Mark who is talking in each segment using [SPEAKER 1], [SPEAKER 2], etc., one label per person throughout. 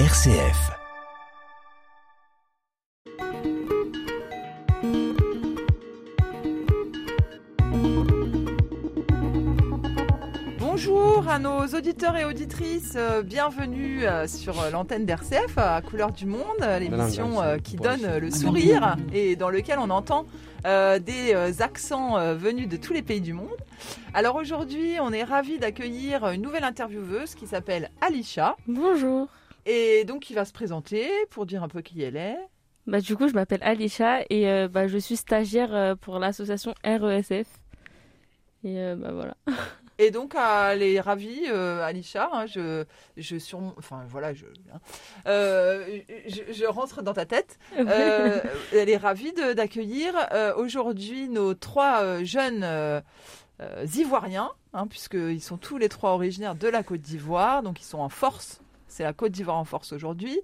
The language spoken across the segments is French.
[SPEAKER 1] RCF.
[SPEAKER 2] Bonjour à nos auditeurs et auditrices, euh, bienvenue euh, sur euh, l'antenne d'RCF à Couleur du Monde, euh, l'émission euh, qui donne euh, le sourire et dans lequel on entend euh, des euh, accents euh, venus de tous les pays du monde. Alors aujourd'hui, on est ravis d'accueillir une nouvelle intervieweuse qui s'appelle Alicia
[SPEAKER 3] Bonjour.
[SPEAKER 2] et donc qui va se présenter pour dire un peu qui elle est.
[SPEAKER 3] Bah, du coup, je m'appelle Alicia et euh, bah, je suis stagiaire euh, pour l'association RESF. Et euh, bah, voilà.
[SPEAKER 2] Et donc, euh, elle est ravie, euh, Alicia. hein, je, je sur, enfin voilà, je, hein. Euh, je, je rentre dans ta tête.
[SPEAKER 4] Ah
[SPEAKER 2] Euh, elle est ravie de- d'accueillir euh, aujourd'hui nos trois euh, jeunes euh, euh, ivoiriens, hein, puisqu'ils sont tous les trois originaires de la Côte d'Ivoire, donc ils sont en force. C'est la Côte d'Ivoire en force aujourd'hui.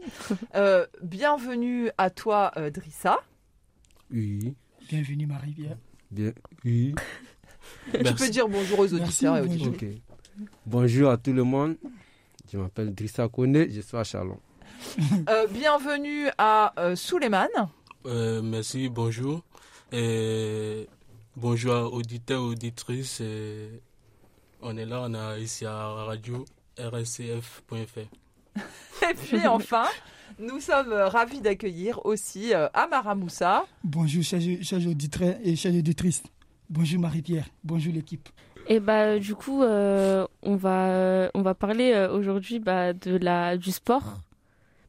[SPEAKER 2] Euh, bienvenue à toi, euh, Drissa.
[SPEAKER 5] Oui.
[SPEAKER 4] Bienvenue ma rivière.
[SPEAKER 5] Bien. Oui.
[SPEAKER 2] Tu peux dire bonjour aux auditeurs et
[SPEAKER 4] Merci,
[SPEAKER 2] auditrices.
[SPEAKER 4] bonjour.
[SPEAKER 5] Ok. Bonjour à tout le monde. Je m'appelle Drissa Kone, je suis à Chalon.
[SPEAKER 2] Euh, bienvenue à euh, Souleymane.
[SPEAKER 6] Euh, merci, bonjour. Et bonjour à auditeurs, auditrices. Et on est là, on est ici à la radio rcf.fr.
[SPEAKER 2] Et puis enfin, nous sommes euh, ravis d'accueillir aussi euh, Amara Moussa.
[SPEAKER 4] Bonjour chers, chers auditeurs et chers auditrices. Bonjour Marie-Pierre. Bonjour l'équipe.
[SPEAKER 3] Et bah, du coup, euh, on, va, euh, on va parler euh, aujourd'hui bah, de la, du sport.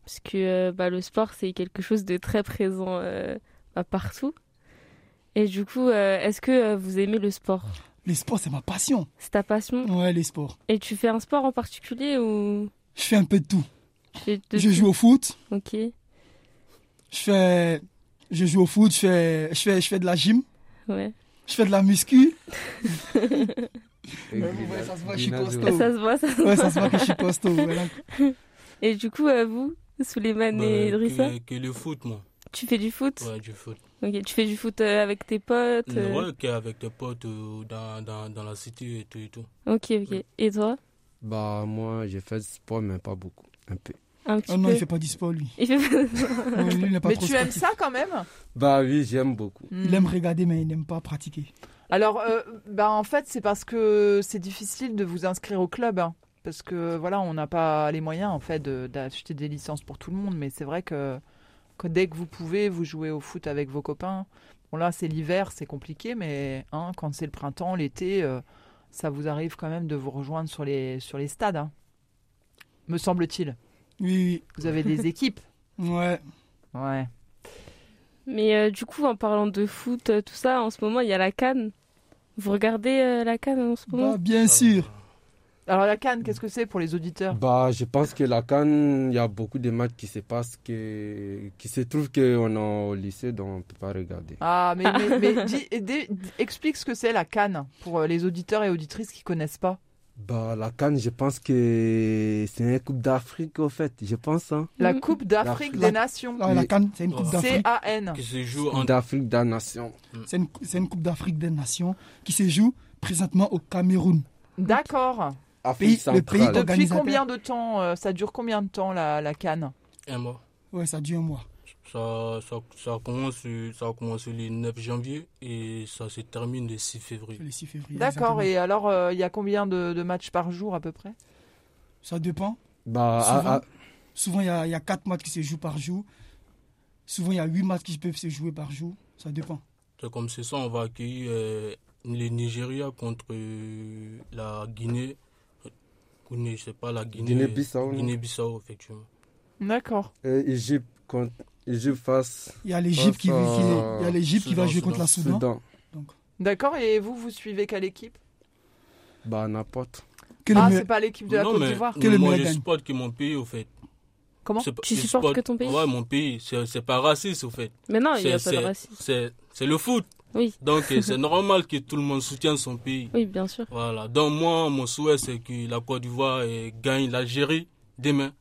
[SPEAKER 3] Parce que euh, bah, le sport, c'est quelque chose de très présent euh, bah, partout. Et du coup, euh, est-ce que euh, vous aimez le sport
[SPEAKER 4] Les sports, c'est ma passion.
[SPEAKER 3] C'est ta passion
[SPEAKER 4] Ouais, les sports.
[SPEAKER 3] Et tu fais un sport en particulier ou
[SPEAKER 4] Je fais un peu de tout.
[SPEAKER 3] tu fais de
[SPEAKER 4] je
[SPEAKER 3] tout
[SPEAKER 4] joue au foot.
[SPEAKER 3] Ok.
[SPEAKER 4] Je fais, je joue au foot. Je fais, je fais, je fais de la gym.
[SPEAKER 3] Ouais.
[SPEAKER 4] Je fais de la muscu.
[SPEAKER 5] Et
[SPEAKER 4] Ouais, vous voyez, ça se voit, je suis
[SPEAKER 5] Guinazo.
[SPEAKER 4] costaud.
[SPEAKER 3] Ça se voit, ça se
[SPEAKER 4] Ouais,
[SPEAKER 3] voit.
[SPEAKER 4] ça se voit que je suis costaud. voilà.
[SPEAKER 3] Et du coup, à vous, Souleymane et
[SPEAKER 6] Bah,
[SPEAKER 3] Idrissa,
[SPEAKER 6] que, que le foot, moi.
[SPEAKER 3] tu fais du foot
[SPEAKER 6] Ouais, du foot.
[SPEAKER 3] Ok, Tu fais du foot euh, avec tes potes euh,
[SPEAKER 6] Ouais, qu'avec tes potes euh, dans, dans, dans la cité et tout et tout.
[SPEAKER 3] Ok, ok. Et toi
[SPEAKER 5] Bah, moi, je fais du sport, mais pas beaucoup. Un peu.
[SPEAKER 3] Un petit
[SPEAKER 4] Oh non,
[SPEAKER 3] peu
[SPEAKER 4] il fait pas du sport lui.
[SPEAKER 3] Il fait-
[SPEAKER 4] Ouais, lui, il n'est pas
[SPEAKER 2] Mais
[SPEAKER 4] trop
[SPEAKER 2] tu aimes
[SPEAKER 4] sportif.
[SPEAKER 2] ça quand même Hmm.
[SPEAKER 5] Bah, oui, j'aime beaucoup.
[SPEAKER 4] Il aime regarder, mais il n'aime pas pratiquer.
[SPEAKER 2] Alors, euh, bah, en fait, c'est parce que c'est difficile de vous inscrire au club. hein. Parce que voilà, on n'a pas les moyens en fait de- d'acheter des licences pour tout le monde. Mais c'est vrai que, que dès que vous pouvez, vous jouez au foot avec vos copains. Bon là, c'est l'hiver, c'est compliqué, mais hein, quand c'est le printemps, l'été, euh, ça vous arrive quand même de vous rejoindre sur les sur les stades, hein. me semble-t-il.
[SPEAKER 4] Oui,
[SPEAKER 2] Vous avez des équipes.
[SPEAKER 4] oui. Ouais.
[SPEAKER 2] Ouais.
[SPEAKER 3] Mais euh, du coup, en parlant de foot, euh, tout ça, en ce moment, il y a la canne. Vous regardez euh, la canne en ce moment
[SPEAKER 4] Bah,
[SPEAKER 6] Ah,
[SPEAKER 4] bien sûr.
[SPEAKER 2] Alors la canne, qu'est-ce que c'est pour les auditeurs
[SPEAKER 5] Bah, je pense que la Cannes, il y a beaucoup de matchs qui se passent, que, qui se trouvent qu'on est au lycée, donc on ne peut pas regarder.
[SPEAKER 2] Ah, mais, mais- mais dis- dé- explique ce que c'est la canne pour euh, les auditeurs et auditrices qui connaissent pas.
[SPEAKER 5] Bah, la Cannes, je pense que c'est une Coupe d'Afrique, au fait. Je pense, hein.
[SPEAKER 2] La
[SPEAKER 3] Mm.
[SPEAKER 2] Coupe d'Afrique
[SPEAKER 5] La-
[SPEAKER 2] des Nations.
[SPEAKER 4] Ah, la
[SPEAKER 5] Mais-
[SPEAKER 4] Cannes, c'est une coupe d'Afrique.
[SPEAKER 2] C-A-N.
[SPEAKER 6] euh, Qui se joue en
[SPEAKER 5] Coupe d'Afrique des Nations.
[SPEAKER 4] C'est une, c'est une coupe d'Afrique des nations qui se joue présentement au Cameroun.
[SPEAKER 2] D'accord.
[SPEAKER 5] Afrique
[SPEAKER 4] Pays- le pays
[SPEAKER 5] centrale.
[SPEAKER 4] de-
[SPEAKER 2] Depuis
[SPEAKER 4] Organisateur.
[SPEAKER 2] combien de temps euh, Ça dure combien de temps la, la canne
[SPEAKER 6] un mois.
[SPEAKER 4] Ouais, ça dure un mois.
[SPEAKER 6] Ça, ça, ça commence, euh, ça commence le 9 janvier et ça se termine le 6 février.
[SPEAKER 4] Le 6 février.
[SPEAKER 2] D'accord.
[SPEAKER 4] exactement.
[SPEAKER 2] Et alors, euh, il y a combien de, de matchs par jour à peu près
[SPEAKER 4] Ça dépend.
[SPEAKER 5] Bah, à-
[SPEAKER 4] Souvent.
[SPEAKER 5] à-
[SPEAKER 4] Souvent, il y, a- il y a 4 matchs qui se jouent par jour. Souvent, il y a 8 matchs qui peuvent se jouer par jour. Ça dépend.
[SPEAKER 6] C'est comme ce soir, on va accueillir euh, le Nigeria contre euh, la Guinée. Ou ne- je sais pas, la Guinée.
[SPEAKER 5] Guinée-Bissau, non
[SPEAKER 6] Guinée-Bissau, effectivement.
[SPEAKER 2] D'accord.
[SPEAKER 5] Euh, Égypte contre Égypte face
[SPEAKER 4] Il y a l'Égypte qui, qui-
[SPEAKER 5] Enfin,
[SPEAKER 4] il y a l'Égypte qui va
[SPEAKER 6] Soudan,
[SPEAKER 4] jouer contre la Soudan.
[SPEAKER 5] Soudan.
[SPEAKER 4] Donc,
[SPEAKER 2] D'accord. Et vous, vous suivez quelle équipe
[SPEAKER 5] Bah n'importe.
[SPEAKER 4] que le
[SPEAKER 2] Ah,
[SPEAKER 4] me-
[SPEAKER 2] c'est pas l'équipe de la
[SPEAKER 6] non,
[SPEAKER 2] Côte
[SPEAKER 6] mais,
[SPEAKER 2] d'Ivoire.
[SPEAKER 6] mais
[SPEAKER 4] Que le
[SPEAKER 6] moi,
[SPEAKER 4] meilleur
[SPEAKER 6] je
[SPEAKER 4] gagne.
[SPEAKER 6] supporte que mon pays, au fait.
[SPEAKER 2] Comment
[SPEAKER 6] C'est pas-
[SPEAKER 3] Tu
[SPEAKER 6] je
[SPEAKER 3] supportes
[SPEAKER 6] supporte-
[SPEAKER 3] que ton pays
[SPEAKER 6] Ouais, mon pays. C'est c'est pas raciste, au fait.
[SPEAKER 3] Mais non, il n'y a
[SPEAKER 6] C'est-
[SPEAKER 3] pas de
[SPEAKER 6] c'est-
[SPEAKER 3] racisme.
[SPEAKER 6] C'est c'est le foot.
[SPEAKER 3] Oui,
[SPEAKER 6] Donc, euh, c'est normal que tout le monde soutienne son pays.
[SPEAKER 3] oui, bien sûr.
[SPEAKER 6] Voilà. Donc, moi, mon souhait, c'est que la Côte d'Ivoire euh, gagne l'Algérie demain.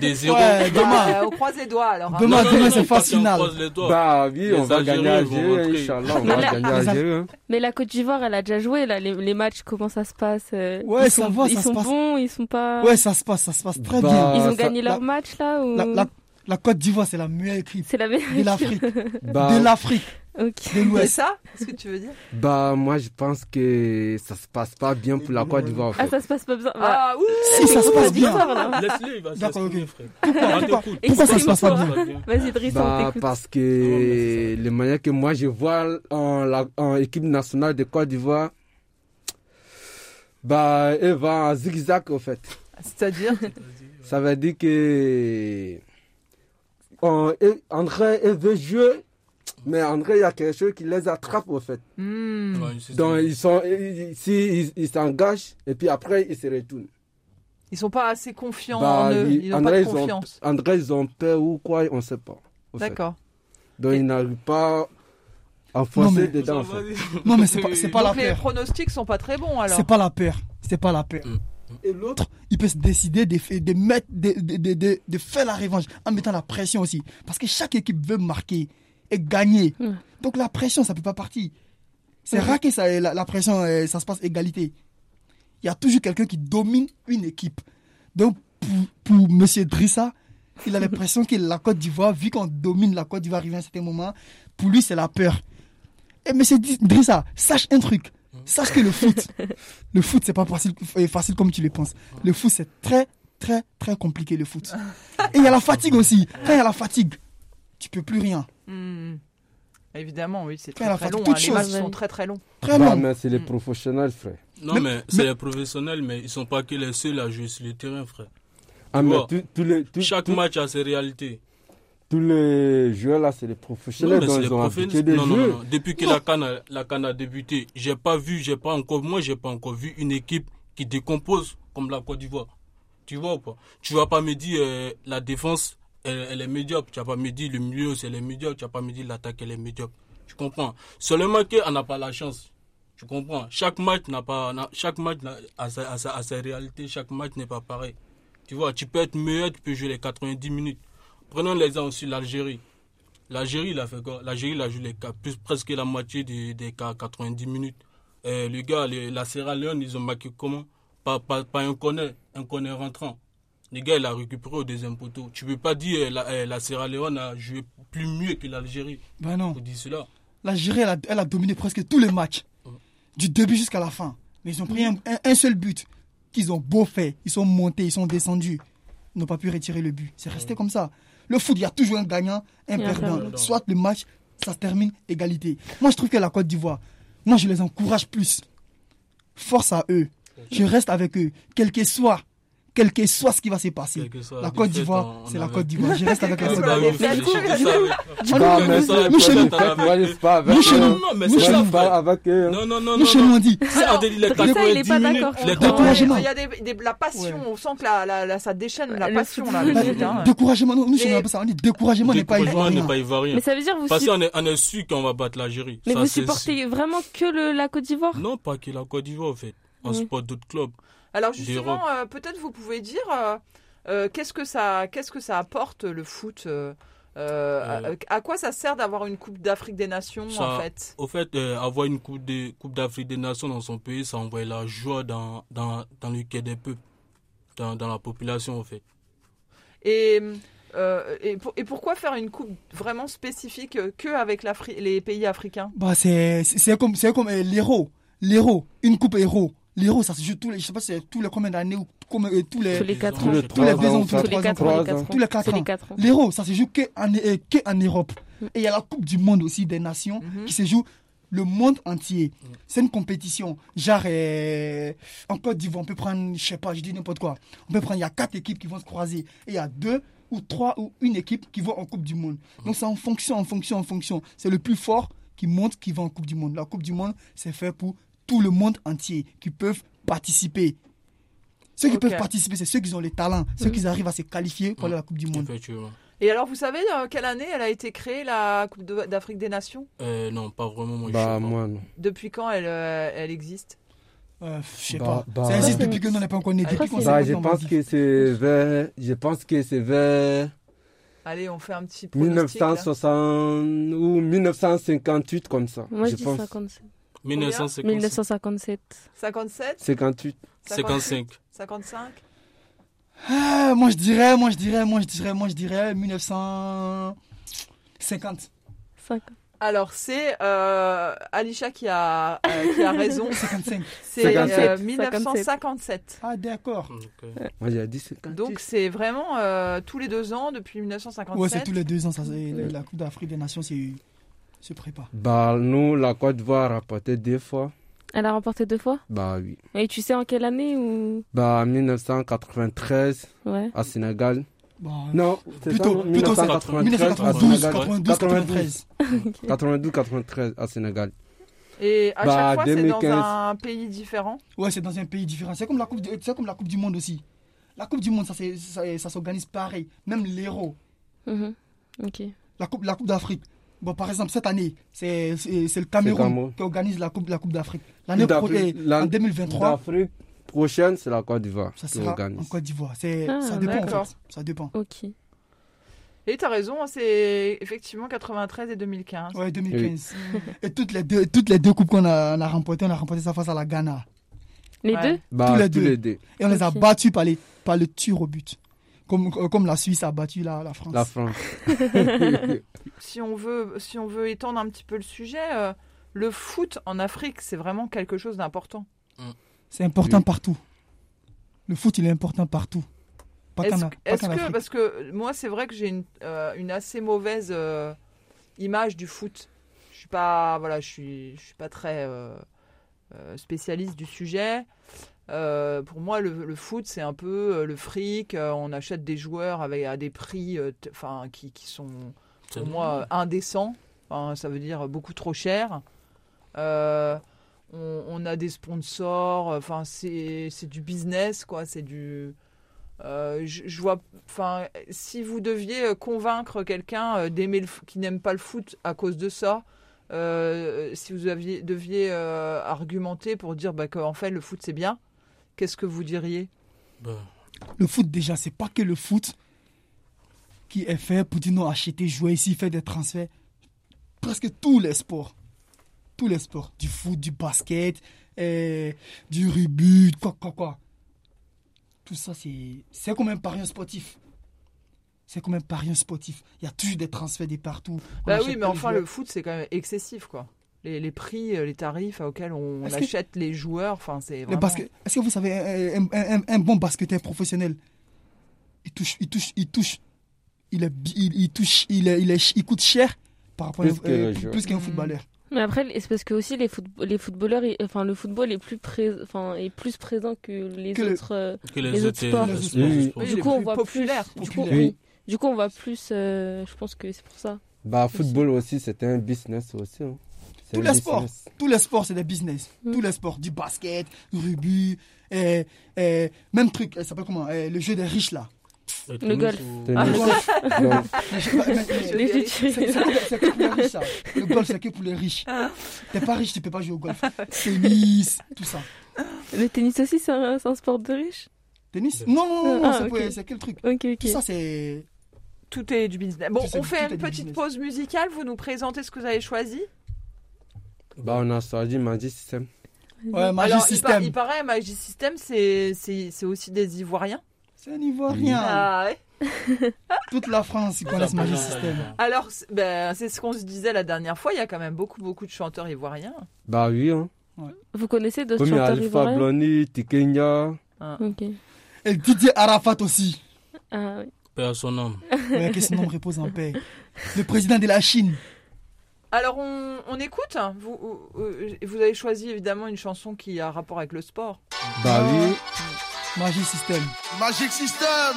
[SPEAKER 6] Des zéros.
[SPEAKER 4] Ouais, demain.
[SPEAKER 2] Ah, on croise les doigts alors. hein.
[SPEAKER 4] Demain. c'est
[SPEAKER 6] parce
[SPEAKER 4] phase
[SPEAKER 6] qu'on
[SPEAKER 4] finale.
[SPEAKER 6] croise les doigts.
[SPEAKER 5] Bah oui,
[SPEAKER 6] Les
[SPEAKER 5] on va gagner
[SPEAKER 6] Algériens vont
[SPEAKER 5] Algérie,
[SPEAKER 6] rentrer.
[SPEAKER 5] Inch'Allah, on
[SPEAKER 3] Mais
[SPEAKER 5] va
[SPEAKER 3] là-
[SPEAKER 5] gagner
[SPEAKER 4] Les Al-
[SPEAKER 5] Algérie. hein.
[SPEAKER 3] Mais la Côte d'Ivoire, elle a déjà joué, là, les, les matchs, comment ça se passe euh,
[SPEAKER 4] Ouais,
[SPEAKER 3] ils
[SPEAKER 4] ça
[SPEAKER 3] sont,
[SPEAKER 4] va,
[SPEAKER 3] Ils
[SPEAKER 4] ça se
[SPEAKER 3] sont
[SPEAKER 4] passe.
[SPEAKER 3] bons, ils sont pas...
[SPEAKER 4] Ouais, ça se passe, ça se passe très
[SPEAKER 5] Bah,
[SPEAKER 4] bien.
[SPEAKER 3] ils ont
[SPEAKER 5] ça-
[SPEAKER 3] gagné leur
[SPEAKER 4] la-
[SPEAKER 3] match, là ou...
[SPEAKER 4] La, la- la Côte d'Ivoire, c'est la meilleure équipe
[SPEAKER 3] C'est la meilleure
[SPEAKER 4] de l'Afrique,
[SPEAKER 2] Ah.
[SPEAKER 5] Bah,
[SPEAKER 4] de l'Afrique,
[SPEAKER 3] Ok.
[SPEAKER 4] de
[SPEAKER 2] C'est
[SPEAKER 4] l'Ouest.
[SPEAKER 2] ça ce que tu veux dire
[SPEAKER 5] bah, moi je pense que ça se passe pas bien pour la Côte d'Ivoire. en
[SPEAKER 3] Ah,
[SPEAKER 5] fait.
[SPEAKER 3] ça se passe pas bien. Voilà.
[SPEAKER 2] Ah, ouh
[SPEAKER 4] Si ça se passe bien,
[SPEAKER 3] Victoire, là.
[SPEAKER 6] Laisse-le, il va
[SPEAKER 4] D'accord,
[SPEAKER 6] s'exprimer,
[SPEAKER 4] ok.
[SPEAKER 6] frère.
[SPEAKER 4] pourquoi,
[SPEAKER 6] On
[SPEAKER 4] pourquoi,
[SPEAKER 6] t'écoute.
[SPEAKER 4] pourquoi ça se passe pas bien
[SPEAKER 6] Ça va bien.
[SPEAKER 3] Vas-y, Driss, on
[SPEAKER 5] Bah,
[SPEAKER 3] t'écoute.
[SPEAKER 5] parce
[SPEAKER 6] Non, mais
[SPEAKER 5] que les manières que moi je vois en, la- en équipe nationale de Côte d'Ivoire, bah, elle va en zigzag en fait.
[SPEAKER 2] C'est-à-dire
[SPEAKER 5] Ça veut dire que on, elle- André elle veut jouer, mais André il y a quelque chose qui les attrape en fait.
[SPEAKER 2] Hmm.
[SPEAKER 6] Ouais, c'est-
[SPEAKER 5] Donc ils sont, ils- ils- si ils- ils s'engagent et puis après ils se retournent.
[SPEAKER 2] Ils sont pas assez confiants
[SPEAKER 5] Bah,
[SPEAKER 2] en eux.
[SPEAKER 5] ils-
[SPEAKER 2] Ils n'ont pas de
[SPEAKER 5] André, ils ont-
[SPEAKER 2] confiance.
[SPEAKER 5] André ils ont peur ou quoi, on ne sait pas. au fait.
[SPEAKER 2] D'accord.
[SPEAKER 5] Donc
[SPEAKER 2] Et-
[SPEAKER 5] ils n'arrivent pas à foncer
[SPEAKER 4] mais-
[SPEAKER 5] dedans. en fait.
[SPEAKER 4] Non, mais c'est pas, c'est pas la
[SPEAKER 2] Donc les
[SPEAKER 4] peur.
[SPEAKER 2] pronostics sont pas très bons alors.
[SPEAKER 4] C'est pas la peur. C'est pas la peur. Et l'autre, il peut se décider de, fa- de mettre, de, de- de- de- de faire la revanche en mettant la pression aussi. Parce que chaque équipe veut marquer et gagner.
[SPEAKER 3] Mm.
[SPEAKER 4] Donc la pression, ça peut pas partir. C'est
[SPEAKER 3] Mm.
[SPEAKER 4] rare que ça, la, la pression, euh, ça se passe égalité. Il y a toujours quelqu'un qui domine une équipe. Donc pour, pour Monsieur Drissa, il a l'impression que la Côte d'Ivoire, vu qu'on domine la Côte d'Ivoire arrive à un certain moment, pour lui c'est la peur. Et Monsieur Di- Drissa, sache un truc. Sache que le foot, le foot, c'est pas facile, euh, facile comme tu le penses. Le foot, c'est très, très, très compliqué, le foot. Et il y a la fatigue aussi. Quand il y a la fatigue, tu peux plus rien.
[SPEAKER 2] Hmm. Évidemment, oui, c'est
[SPEAKER 4] Mais
[SPEAKER 2] très,
[SPEAKER 4] la
[SPEAKER 2] très
[SPEAKER 4] fin,
[SPEAKER 2] long.
[SPEAKER 4] toute
[SPEAKER 2] hein. Les
[SPEAKER 4] chose.
[SPEAKER 2] matchs sont très très longs.
[SPEAKER 4] Très
[SPEAKER 5] Bah,
[SPEAKER 4] long.
[SPEAKER 5] mais c'est les
[SPEAKER 2] Mm.
[SPEAKER 5] professionnels, frère.
[SPEAKER 6] Non,
[SPEAKER 4] Mais-
[SPEAKER 6] mais c'est les professionnels, mais ils sont pas que les seuls à jouer sur le terrain, frère.
[SPEAKER 5] Ah, mais
[SPEAKER 6] vois,
[SPEAKER 5] tous- tous les, tous-
[SPEAKER 6] Chaque
[SPEAKER 5] tous-
[SPEAKER 6] match a ses réalités.
[SPEAKER 5] tous les joueurs là, c'est les
[SPEAKER 6] Non,
[SPEAKER 5] professionnels,
[SPEAKER 6] mais
[SPEAKER 5] donc
[SPEAKER 6] c'est les
[SPEAKER 5] ils ont habitué
[SPEAKER 6] profils.
[SPEAKER 5] des
[SPEAKER 6] Non, non, non,
[SPEAKER 5] jeux.
[SPEAKER 6] non. Depuis que
[SPEAKER 4] Non.
[SPEAKER 6] la canne, a, la CAN a débuté, j'ai pas vu, j'ai pas encore, moi, j'ai pas encore vu une équipe qui décompose comme la Côte d'Ivoire. Tu vois ou pas Tu vas pas me dire euh, la défense, elle, elle est médiocre. Tu vas pas me dire le milieu, c'est les médiocre. Tu vas pas me dire l'attaque, elle est médiocre. Tu comprends Seulement qu'on n'a pas la chance. Tu comprends Chaque match n'a pas, n'a- chaque match n'a- a sa, a sa- a sa réalité. Chaque match n'est pas pareil. Tu vois, tu peux être meilleur, tu peux jouer les 90 minutes. Prenons l'exemple sur l'Algérie. L'Algérie, il a fait quoi L'Algérie, il a joué les ca- plus, presque la moitié des, des ca- 90 minutes. Euh, le gars, le- la Sierra Leone, ils ont marqué comment pas, pas, pas un corner, un corner rentrant. Le gars, il a récupéré au deuxième poteau. Tu peux pas dire euh, la, euh, la Sierra Leone a joué plus mieux que l'Algérie.
[SPEAKER 4] Ben non.
[SPEAKER 6] Vous dites cela
[SPEAKER 4] L'Algérie, elle, a- elle a dominé presque tous les matchs. Du début jusqu'à la fin. Mais ils ont pris un, un- un seul but. Qu'ils ont beau fait. Ils sont montés, ils sont descendus. Ils n'ont pas pu retirer le but. C'est resté comme ça. Le foot, il y a toujours un gagnant, un
[SPEAKER 3] Et un
[SPEAKER 4] perdant.
[SPEAKER 6] perdant.
[SPEAKER 4] Soit le match, ça se termine égalité. Moi, je trouve que la Côte d'Ivoire, moi, je les encourage plus. Force à eux. Je reste avec eux. Quel que soit, quel que soit ce qui va se passer.
[SPEAKER 6] Quel que soit
[SPEAKER 4] La
[SPEAKER 6] la
[SPEAKER 4] Côte
[SPEAKER 6] défaite, Ah,
[SPEAKER 4] d'Ivoire,
[SPEAKER 6] on- on
[SPEAKER 4] c'est la
[SPEAKER 6] avait-
[SPEAKER 4] Côte d'Ivoire. Je reste avec la
[SPEAKER 2] Quel
[SPEAKER 4] Côte
[SPEAKER 2] que soit la
[SPEAKER 4] d'Ivoire.
[SPEAKER 2] Mais du coup,
[SPEAKER 3] Du coup,
[SPEAKER 5] Bah,
[SPEAKER 3] vous-
[SPEAKER 5] mais
[SPEAKER 3] vous-
[SPEAKER 5] c'est-
[SPEAKER 4] nous, chez nous,
[SPEAKER 5] peut-être, moi, je suis pas avec euh,
[SPEAKER 4] nous, chez
[SPEAKER 5] eux.
[SPEAKER 4] nous,
[SPEAKER 6] Non, mais
[SPEAKER 4] nous,
[SPEAKER 5] Moi,
[SPEAKER 6] c'est
[SPEAKER 4] chez
[SPEAKER 5] je
[SPEAKER 6] ça,
[SPEAKER 5] suis pas
[SPEAKER 6] frère.
[SPEAKER 5] avec eux. hein.
[SPEAKER 6] Non, non, non,
[SPEAKER 4] Nous,
[SPEAKER 6] non.
[SPEAKER 4] chez nous,
[SPEAKER 6] non.
[SPEAKER 4] on dit.
[SPEAKER 6] C'est
[SPEAKER 2] Alors,
[SPEAKER 6] un délire, les
[SPEAKER 3] Drissa, il
[SPEAKER 6] 90
[SPEAKER 3] est pas
[SPEAKER 6] minutes,
[SPEAKER 3] d'accord.
[SPEAKER 6] les
[SPEAKER 3] Ouais.
[SPEAKER 2] Ouais,
[SPEAKER 6] 90
[SPEAKER 4] Découragement.
[SPEAKER 2] Il y a des, des- la passion, on sent que la, la, la- ça déchaîne la
[SPEAKER 3] Le
[SPEAKER 2] passion
[SPEAKER 3] foot.
[SPEAKER 2] là.
[SPEAKER 3] Bah,
[SPEAKER 2] putain, hein.
[SPEAKER 4] Découragement, non, nous, chez nous, on
[SPEAKER 2] Et-
[SPEAKER 4] appelle ça, on dit découragement n'est pas
[SPEAKER 6] Découragement
[SPEAKER 4] ivoirien.
[SPEAKER 6] n'est pas ivoirien.
[SPEAKER 3] Mais ça veut dire vous
[SPEAKER 6] Parce
[SPEAKER 3] su-
[SPEAKER 6] qu'on est, on est sûr qu'on va battre l'Algérie.
[SPEAKER 3] mais
[SPEAKER 6] Ça,
[SPEAKER 3] vous
[SPEAKER 6] c'est sûr.
[SPEAKER 3] supportez vraiment que le, la Côte d'Ivoire
[SPEAKER 6] Non, pas que la Côte d'Ivoire, en fait. On
[SPEAKER 3] Oui.
[SPEAKER 6] supporte d'autres clubs.
[SPEAKER 2] Alors justement, euh, peut-être vous pouvez dire euh, euh, qu'est-ce que ça, qu'est-ce que ça apporte le foot euh, euh, à, à quoi ça sert d'avoir une Coupe d'Afrique des Nations
[SPEAKER 6] Ça-
[SPEAKER 2] en fait
[SPEAKER 6] Au fait, euh, avoir une Coupe de- Coupe d'Afrique des Nations dans son pays, ça envoie la joie dans, dans, dans le quai des peuples, dans, dans la population, en fait.
[SPEAKER 2] et, euh, et, pour- et pourquoi faire une coupe vraiment spécifique euh, que avec l'Afri- les pays africains
[SPEAKER 4] Bah, c'est, c'est- c'est comme, c'est comme euh, l'héros. L'héros, une coupe héros. L'héros, ça se joue tous les, je sais pas, c'est tous les combien d'années ou comme, euh, tous les,
[SPEAKER 3] Tous les 4
[SPEAKER 6] Tous
[SPEAKER 3] ans.
[SPEAKER 6] les
[SPEAKER 4] tous les deux ans, tous
[SPEAKER 3] Tous
[SPEAKER 4] les trois ans,
[SPEAKER 3] les 4 ans. les quatre
[SPEAKER 5] trois
[SPEAKER 3] ans.
[SPEAKER 5] ans.
[SPEAKER 4] tous les quatre
[SPEAKER 3] Tous les
[SPEAKER 4] ans.
[SPEAKER 3] quatre ans.
[SPEAKER 4] L'héros, ça se joue qu'en, euh, qu'en Europe. Et il y a la Coupe du Monde aussi des nations
[SPEAKER 2] Mhm.
[SPEAKER 4] qui se joue le monde entier. C'est une compétition. Genre, euh, en Côte d'Ivoire, on peut prendre, je sais pas, je dis n'importe quoi. On peut prendre, il y a quatre équipes qui vont se croiser. Et il y a deux ou trois ou une équipe qui vont en Coupe du Monde.
[SPEAKER 5] Mm.
[SPEAKER 4] Donc c'est en fonction, en fonction, en fonction. C'est le plus fort qui monte, qui va en Coupe du Monde. La Coupe du Monde, c'est fait pour tout le monde entier qui peuvent participer. Ceux qui
[SPEAKER 2] Ok.
[SPEAKER 4] peuvent participer, c'est ceux qui ont les talents, ceux qui arrivent à se qualifier
[SPEAKER 5] Mm.
[SPEAKER 4] pour aller à la Coupe du Monde.
[SPEAKER 6] Effectivement.
[SPEAKER 2] Et alors vous savez euh, quelle année elle a été créée la Coupe de- d'Afrique des Nations
[SPEAKER 6] Euh, non, pas vraiment, moi, je sais
[SPEAKER 5] Bah,
[SPEAKER 6] pas.
[SPEAKER 5] moi, non.
[SPEAKER 2] Depuis quand elle, euh, elle existe
[SPEAKER 4] Euh, je sais
[SPEAKER 5] Bah,
[SPEAKER 4] pas.
[SPEAKER 5] bah,
[SPEAKER 4] c'est ainsi
[SPEAKER 3] bah,
[SPEAKER 4] depuis que nous n'est pas encore né. Depuis qu'on
[SPEAKER 3] Bah,
[SPEAKER 4] s'est
[SPEAKER 5] Bah,
[SPEAKER 4] pas
[SPEAKER 5] je
[SPEAKER 4] dans
[SPEAKER 5] pense
[SPEAKER 4] Maldives.
[SPEAKER 5] que c'est vers, je pense que c'est vers
[SPEAKER 2] Allez, on fait un petit pronostic. là.
[SPEAKER 5] 1960 ou 1958 comme ça.
[SPEAKER 3] Moi, je
[SPEAKER 5] je
[SPEAKER 3] dis
[SPEAKER 5] pense
[SPEAKER 3] 57.
[SPEAKER 6] 1955.
[SPEAKER 3] 1957.
[SPEAKER 2] 57,
[SPEAKER 5] 58.
[SPEAKER 2] 55.
[SPEAKER 6] 55.
[SPEAKER 2] 55.
[SPEAKER 4] Ah, moi je dirais, moi je dirais, moi je dirais, moi je dirais 1950.
[SPEAKER 3] 50.
[SPEAKER 2] Alors, c'est euh, Alicia qui a, euh, qui a raison.
[SPEAKER 4] 55.
[SPEAKER 2] C'est euh,
[SPEAKER 5] 57.
[SPEAKER 2] 1957.
[SPEAKER 4] Ah d'accord.
[SPEAKER 6] Ok.
[SPEAKER 5] Moi, j'ai dit 58.
[SPEAKER 2] Donc, c'est vraiment euh, tous les deux ans depuis 1957.
[SPEAKER 4] Ouais, c'est tous les deux ans, ça, c'est-
[SPEAKER 5] Ouais.
[SPEAKER 4] la Coupe d'Afrique des Nations c'est- se prépare.
[SPEAKER 5] Bah, nous, la Côte d'Ivoire a rapporté deux fois.
[SPEAKER 3] Elle a remporté deux fois
[SPEAKER 5] Bah oui.
[SPEAKER 3] Et tu sais en quelle année ou.
[SPEAKER 5] Bah, 1993
[SPEAKER 3] Ouais.
[SPEAKER 5] à Sénégal.
[SPEAKER 4] Bon, euh,
[SPEAKER 5] Non, c'est
[SPEAKER 4] Plutôt-
[SPEAKER 5] ça, non
[SPEAKER 4] plutôt c'est
[SPEAKER 5] 1993 à
[SPEAKER 4] 1992,
[SPEAKER 5] Sénégal.
[SPEAKER 4] 92, 93.
[SPEAKER 5] 92-93 à Sénégal.
[SPEAKER 2] Et à
[SPEAKER 5] Bah,
[SPEAKER 2] chaque fois, c'est dans
[SPEAKER 5] 2015.
[SPEAKER 2] un pays différent.
[SPEAKER 4] Ouais, c'est dans un pays différent. C'est comme la Coupe, du- c'est comme la Coupe du Monde aussi. La Coupe du Monde, ça, c'est- ça, ça s'organise pareil. Même l'Euro,
[SPEAKER 3] Mhm. Ok.
[SPEAKER 4] la Coupe, la coupe d'Afrique. Bon, par exemple, cette année, c'est c'est- c'est le Cameroun
[SPEAKER 5] Cameroun.
[SPEAKER 4] qui organise la Coupe, la coupe d'Afrique. L'année
[SPEAKER 5] Coupe
[SPEAKER 4] prochaine,
[SPEAKER 5] d'Afrique, l'an-
[SPEAKER 4] en 2023,
[SPEAKER 5] L'Afrique prochaine, c'est la Côte d'Ivoire
[SPEAKER 4] ça
[SPEAKER 5] qui
[SPEAKER 4] sera en
[SPEAKER 5] organise.
[SPEAKER 4] Côte d'Ivoire. C'est-
[SPEAKER 3] Ah,
[SPEAKER 4] ça dépend, en
[SPEAKER 2] d'accord.
[SPEAKER 4] fait. Ça dépend.
[SPEAKER 3] Ok.
[SPEAKER 2] Et t'as raison, hein, c'est effectivement 93 et 2015.
[SPEAKER 4] Ouais, 2015. Et toutes les deux, toutes les deux coupes qu'on a, on a remportées, on a remporté ça face à la Ghana.
[SPEAKER 3] Les
[SPEAKER 2] Ouais.
[SPEAKER 3] deux
[SPEAKER 5] Bah,
[SPEAKER 4] tous les
[SPEAKER 5] tous
[SPEAKER 4] deux.
[SPEAKER 5] les deux.
[SPEAKER 4] Et on les a
[SPEAKER 3] Ok.
[SPEAKER 4] battus par, les, par le tir au but. Comme, euh, comme la Suisse a battu la, la France.
[SPEAKER 5] La France.
[SPEAKER 2] Si on veut, si on veut étendre un petit peu le sujet, euh, le foot en Afrique, c'est vraiment quelque chose d'important.
[SPEAKER 4] C'est important
[SPEAKER 5] Oui.
[SPEAKER 4] partout. Le foot, il est important partout. Pas qu'en
[SPEAKER 2] Est-ce
[SPEAKER 4] Af- pas
[SPEAKER 2] est-ce
[SPEAKER 4] qu'en
[SPEAKER 2] que,
[SPEAKER 4] Afrique.
[SPEAKER 2] parce que moi, c'est vrai que j'ai une, euh, une assez mauvaise euh, image du foot. Je suis pas, voilà, je suis, je suis pas très euh, euh, spécialiste du sujet. Euh, pour moi, le, le foot, c'est un peu euh, le fric. euh, on achète des joueurs avec à des prix, euh, t- enfin, qui, qui sont pour moi euh, indécent. Enfin, ça veut dire beaucoup trop cher. Euh, on, on a des sponsors. euh, Enfin, c'est c'est du business, quoi. C'est du. euh, je, je vois. Enfin, si vous deviez euh, convaincre quelqu'un euh, d'aimer le f- qui n'aime pas le foot à cause de ça. euh, si vous aviez, deviez euh, argumenter pour dire bah, qu'en fait le foot c'est bien, qu'est-ce que vous diriez
[SPEAKER 6] Bah,
[SPEAKER 4] Le foot, déjà, c'est pas que le foot qui est fait pour dire non, acheter, jouer ici, faire des transferts. Presque tous les sports. Tous les sports. Du foot, du basket, euh, du rugby, quoi, quoi, quoi. Tout ça, c'est c'est comme un pari sportif. C'est comme un pari sportif. Il y a toujours des transferts de partout. On
[SPEAKER 2] Bah
[SPEAKER 4] achète
[SPEAKER 2] oui, mais
[SPEAKER 4] tel
[SPEAKER 2] enfin,
[SPEAKER 4] joueur.
[SPEAKER 2] le foot, c'est quand même excessif, quoi. Les, les prix, euh, les tarifs auxquels on
[SPEAKER 4] Est-ce que-
[SPEAKER 2] achète les joueurs, enfin, c'est
[SPEAKER 4] Le
[SPEAKER 2] vraiment...
[SPEAKER 4] basket. Est-ce que vous savez, un, un- un- un bon basketteur professionnel, il touche, il touche, il touche, il, est bi- il, il touche, il, est- il, est- il coûte cher par rapport
[SPEAKER 5] Plus
[SPEAKER 4] à-
[SPEAKER 5] que
[SPEAKER 4] euh,
[SPEAKER 5] le
[SPEAKER 4] plus-
[SPEAKER 5] joueur.
[SPEAKER 4] plus qu'un
[SPEAKER 2] Mhm.
[SPEAKER 4] footballeur.
[SPEAKER 3] Mais après, c'est parce que aussi les, footb- les footballeurs, ils- enfin le football est plus pré- enfin est plus présent que les
[SPEAKER 4] Que le-
[SPEAKER 3] autres. euh,
[SPEAKER 6] que les,
[SPEAKER 3] Les autres
[SPEAKER 6] autres,
[SPEAKER 3] sports.
[SPEAKER 6] euh, les
[SPEAKER 4] Oui,
[SPEAKER 6] sports,
[SPEAKER 5] oui.
[SPEAKER 6] les sports.
[SPEAKER 2] Oui,
[SPEAKER 3] du
[SPEAKER 2] les
[SPEAKER 3] coup, on
[SPEAKER 2] plus
[SPEAKER 3] voit
[SPEAKER 2] populaires,
[SPEAKER 3] plus. Du coup,
[SPEAKER 4] populaires.
[SPEAKER 3] oui. Du coup, on voit plus. euh, je pense que c'est pour ça.
[SPEAKER 5] bah, football aussi, c'est un business aussi. hein. C'est
[SPEAKER 4] Tous
[SPEAKER 5] un
[SPEAKER 4] les sports.
[SPEAKER 5] business.
[SPEAKER 4] Tous les sports, c'est des business.
[SPEAKER 3] Mhm.
[SPEAKER 4] Tous les sports, du basket, du rugby, euh, euh, même truc, euh, ça s'appelle comment euh, Le jeu des riches là.
[SPEAKER 3] Le golf.
[SPEAKER 6] ou-
[SPEAKER 5] Tennis.
[SPEAKER 4] Le golf.
[SPEAKER 5] Donc,
[SPEAKER 4] Le jeu- mais- mais-
[SPEAKER 2] Je
[SPEAKER 4] mais-
[SPEAKER 3] Les
[SPEAKER 2] dirais-
[SPEAKER 4] c'est- c'est
[SPEAKER 3] futurs.
[SPEAKER 4] que- c'est que pour les riches ça. Le golf, c'est que pour les riches. T'es pas riche, tu peux pas jouer au golf. Tennis, tout ça.
[SPEAKER 3] Le tennis aussi, c'est un, c'est un sport de riche.
[SPEAKER 4] Tennis Non, non, non, non,
[SPEAKER 3] Ah,
[SPEAKER 4] c'est pour-
[SPEAKER 3] ok.
[SPEAKER 4] c'est quel truc
[SPEAKER 3] Ok, ok.
[SPEAKER 4] Tout ça, c'est.
[SPEAKER 2] Tout est du business. Bon,
[SPEAKER 4] Tu sais,
[SPEAKER 2] on
[SPEAKER 4] tout
[SPEAKER 2] fait
[SPEAKER 4] est du
[SPEAKER 2] une petite
[SPEAKER 4] business.
[SPEAKER 2] pause musicale, vous nous présentez ce que vous avez choisi.
[SPEAKER 5] bah, on a choisi Magic System.
[SPEAKER 4] Ouais, Magic
[SPEAKER 2] Alors, il par-
[SPEAKER 4] System.
[SPEAKER 2] Il, paraît, Magic System, c'est- c'est c'est aussi des Ivoiriens.
[SPEAKER 4] C'est un Ivoirien.
[SPEAKER 2] Ah, ouais.
[SPEAKER 4] Toute la France, ils connaissent Magic System.
[SPEAKER 2] Alors, c'est ben, c'est ce qu'on se disait la dernière fois, il y a quand même beaucoup, beaucoup de chanteurs ivoiriens.
[SPEAKER 5] Bah oui, hein.
[SPEAKER 3] Vous connaissez d'autres
[SPEAKER 5] Comme
[SPEAKER 3] chanteurs
[SPEAKER 5] Alpha
[SPEAKER 3] ivoiriens
[SPEAKER 5] Blondy, Tikenya.
[SPEAKER 3] Ok.
[SPEAKER 4] Et Didier Arafat aussi.
[SPEAKER 3] Ah, oui.
[SPEAKER 6] Paix à son âme.
[SPEAKER 4] Ouais, que son nom repose en paix. Le président de la Chine.
[SPEAKER 2] Alors, on, on écoute. hein. Vous, euh, vous avez choisi évidemment une chanson qui a rapport avec le sport.
[SPEAKER 5] Bah oui.
[SPEAKER 4] Magic System.
[SPEAKER 1] Magic System.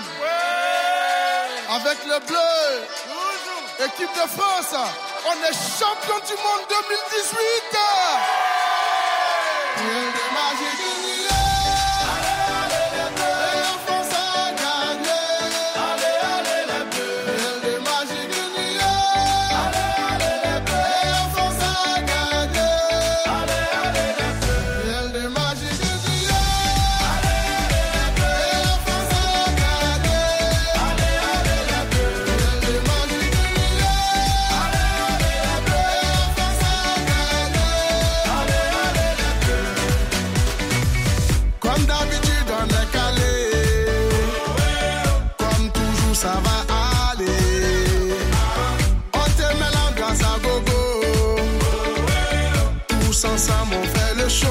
[SPEAKER 1] Avec le bleu. Équipe de France. On est champion du monde 2018. Ouais, le Magic. Et la France a gagné. Ouais, le Magic. Et la France a gagné. Ouais, le Magic. ça va aller. On te met la grâce à gogo. Tous ensemble, on fait le show.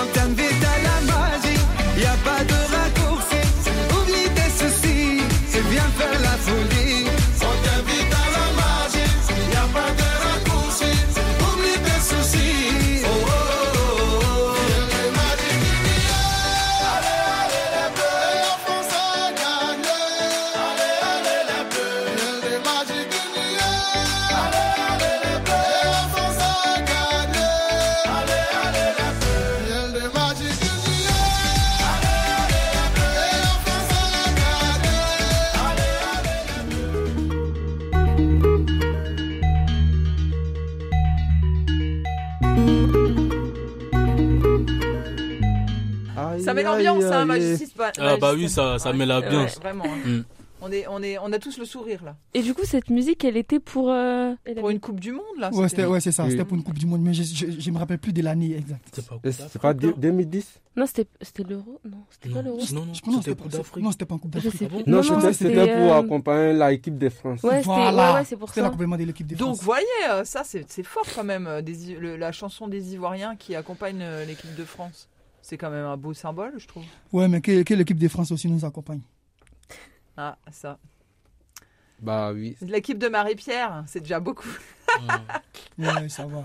[SPEAKER 7] On t'invite à la magie, y a pas de raccourci. Oublie tes soucis, c'est bien faire la folie.
[SPEAKER 1] On t'invite à la magie. Y a pas de raccourci. Oublie tes soucis. Oh, oh, oh, oh. Viens les magiques du milieu. Allez, allez, les bleus. Et on pense à gagner. Allez, allez, les bleus. Viens les magiques du milieu. Allez, allez, les bleus. Et on pense à gagner. Allez, allez, les bleus. Viens les magiques du milieu. Allez, allez, les bleus. Et on pense à gagner. Allez, allez, les bleus.
[SPEAKER 2] Ça met l'ambiance, hein, Magic
[SPEAKER 5] magicien.
[SPEAKER 2] System.
[SPEAKER 6] Ah bah
[SPEAKER 2] Magic
[SPEAKER 6] oui,
[SPEAKER 2] System.
[SPEAKER 6] ça, ça
[SPEAKER 2] Ouais,
[SPEAKER 6] met la
[SPEAKER 2] ouais,
[SPEAKER 6] l'ambiance.
[SPEAKER 2] Vraiment. hein.
[SPEAKER 6] Mm.
[SPEAKER 2] On, est, on, est, on a tous le sourire, là.
[SPEAKER 3] Et du coup, cette musique, elle était pour. euh,
[SPEAKER 2] Pour une Coupe du Monde, là.
[SPEAKER 3] Ah,
[SPEAKER 4] Ouais, c'était- ouais, c'est ça.
[SPEAKER 5] Oui.
[SPEAKER 4] C'était pour une Coupe du Monde, mais je, je, je me rappelle plus de l'année exacte.
[SPEAKER 6] C'est pas
[SPEAKER 5] C'est pas
[SPEAKER 6] d'Afrique,
[SPEAKER 5] deux- 2010
[SPEAKER 3] Non, c'était c'était l'euro Non, c'était pas l'euro.
[SPEAKER 6] non Non, non,
[SPEAKER 4] Je- non,
[SPEAKER 6] c'était
[SPEAKER 4] c'était
[SPEAKER 6] pour
[SPEAKER 4] pas,
[SPEAKER 6] d'Afrique.
[SPEAKER 4] non, c'était pas en Coupe
[SPEAKER 3] Je
[SPEAKER 4] d'Afrique.
[SPEAKER 3] sais plus.
[SPEAKER 5] Non, c'était- c'était pour
[SPEAKER 3] euh,
[SPEAKER 5] accompagner l'équipe de France.
[SPEAKER 3] Ouais, c'était
[SPEAKER 4] Voilà.
[SPEAKER 3] ouais, ouais, c'est pour
[SPEAKER 4] C'était la
[SPEAKER 3] ça.
[SPEAKER 4] complément de l'équipe de
[SPEAKER 2] Donc,
[SPEAKER 4] France.
[SPEAKER 2] vous voyez, euh, ça, c'est c'est fort quand même, euh, des I- le- la chanson des Ivoiriens qui accompagne euh, l'équipe de France. C'est quand même un beau symbole, je trouve.
[SPEAKER 4] Ouais, mais que, que l'équipe de France aussi nous accompagne.
[SPEAKER 2] Ah, ça.
[SPEAKER 5] Bah oui.
[SPEAKER 2] L'équipe de Marie-Pierre, hein, c'est déjà beaucoup.
[SPEAKER 4] Ouais, ça va.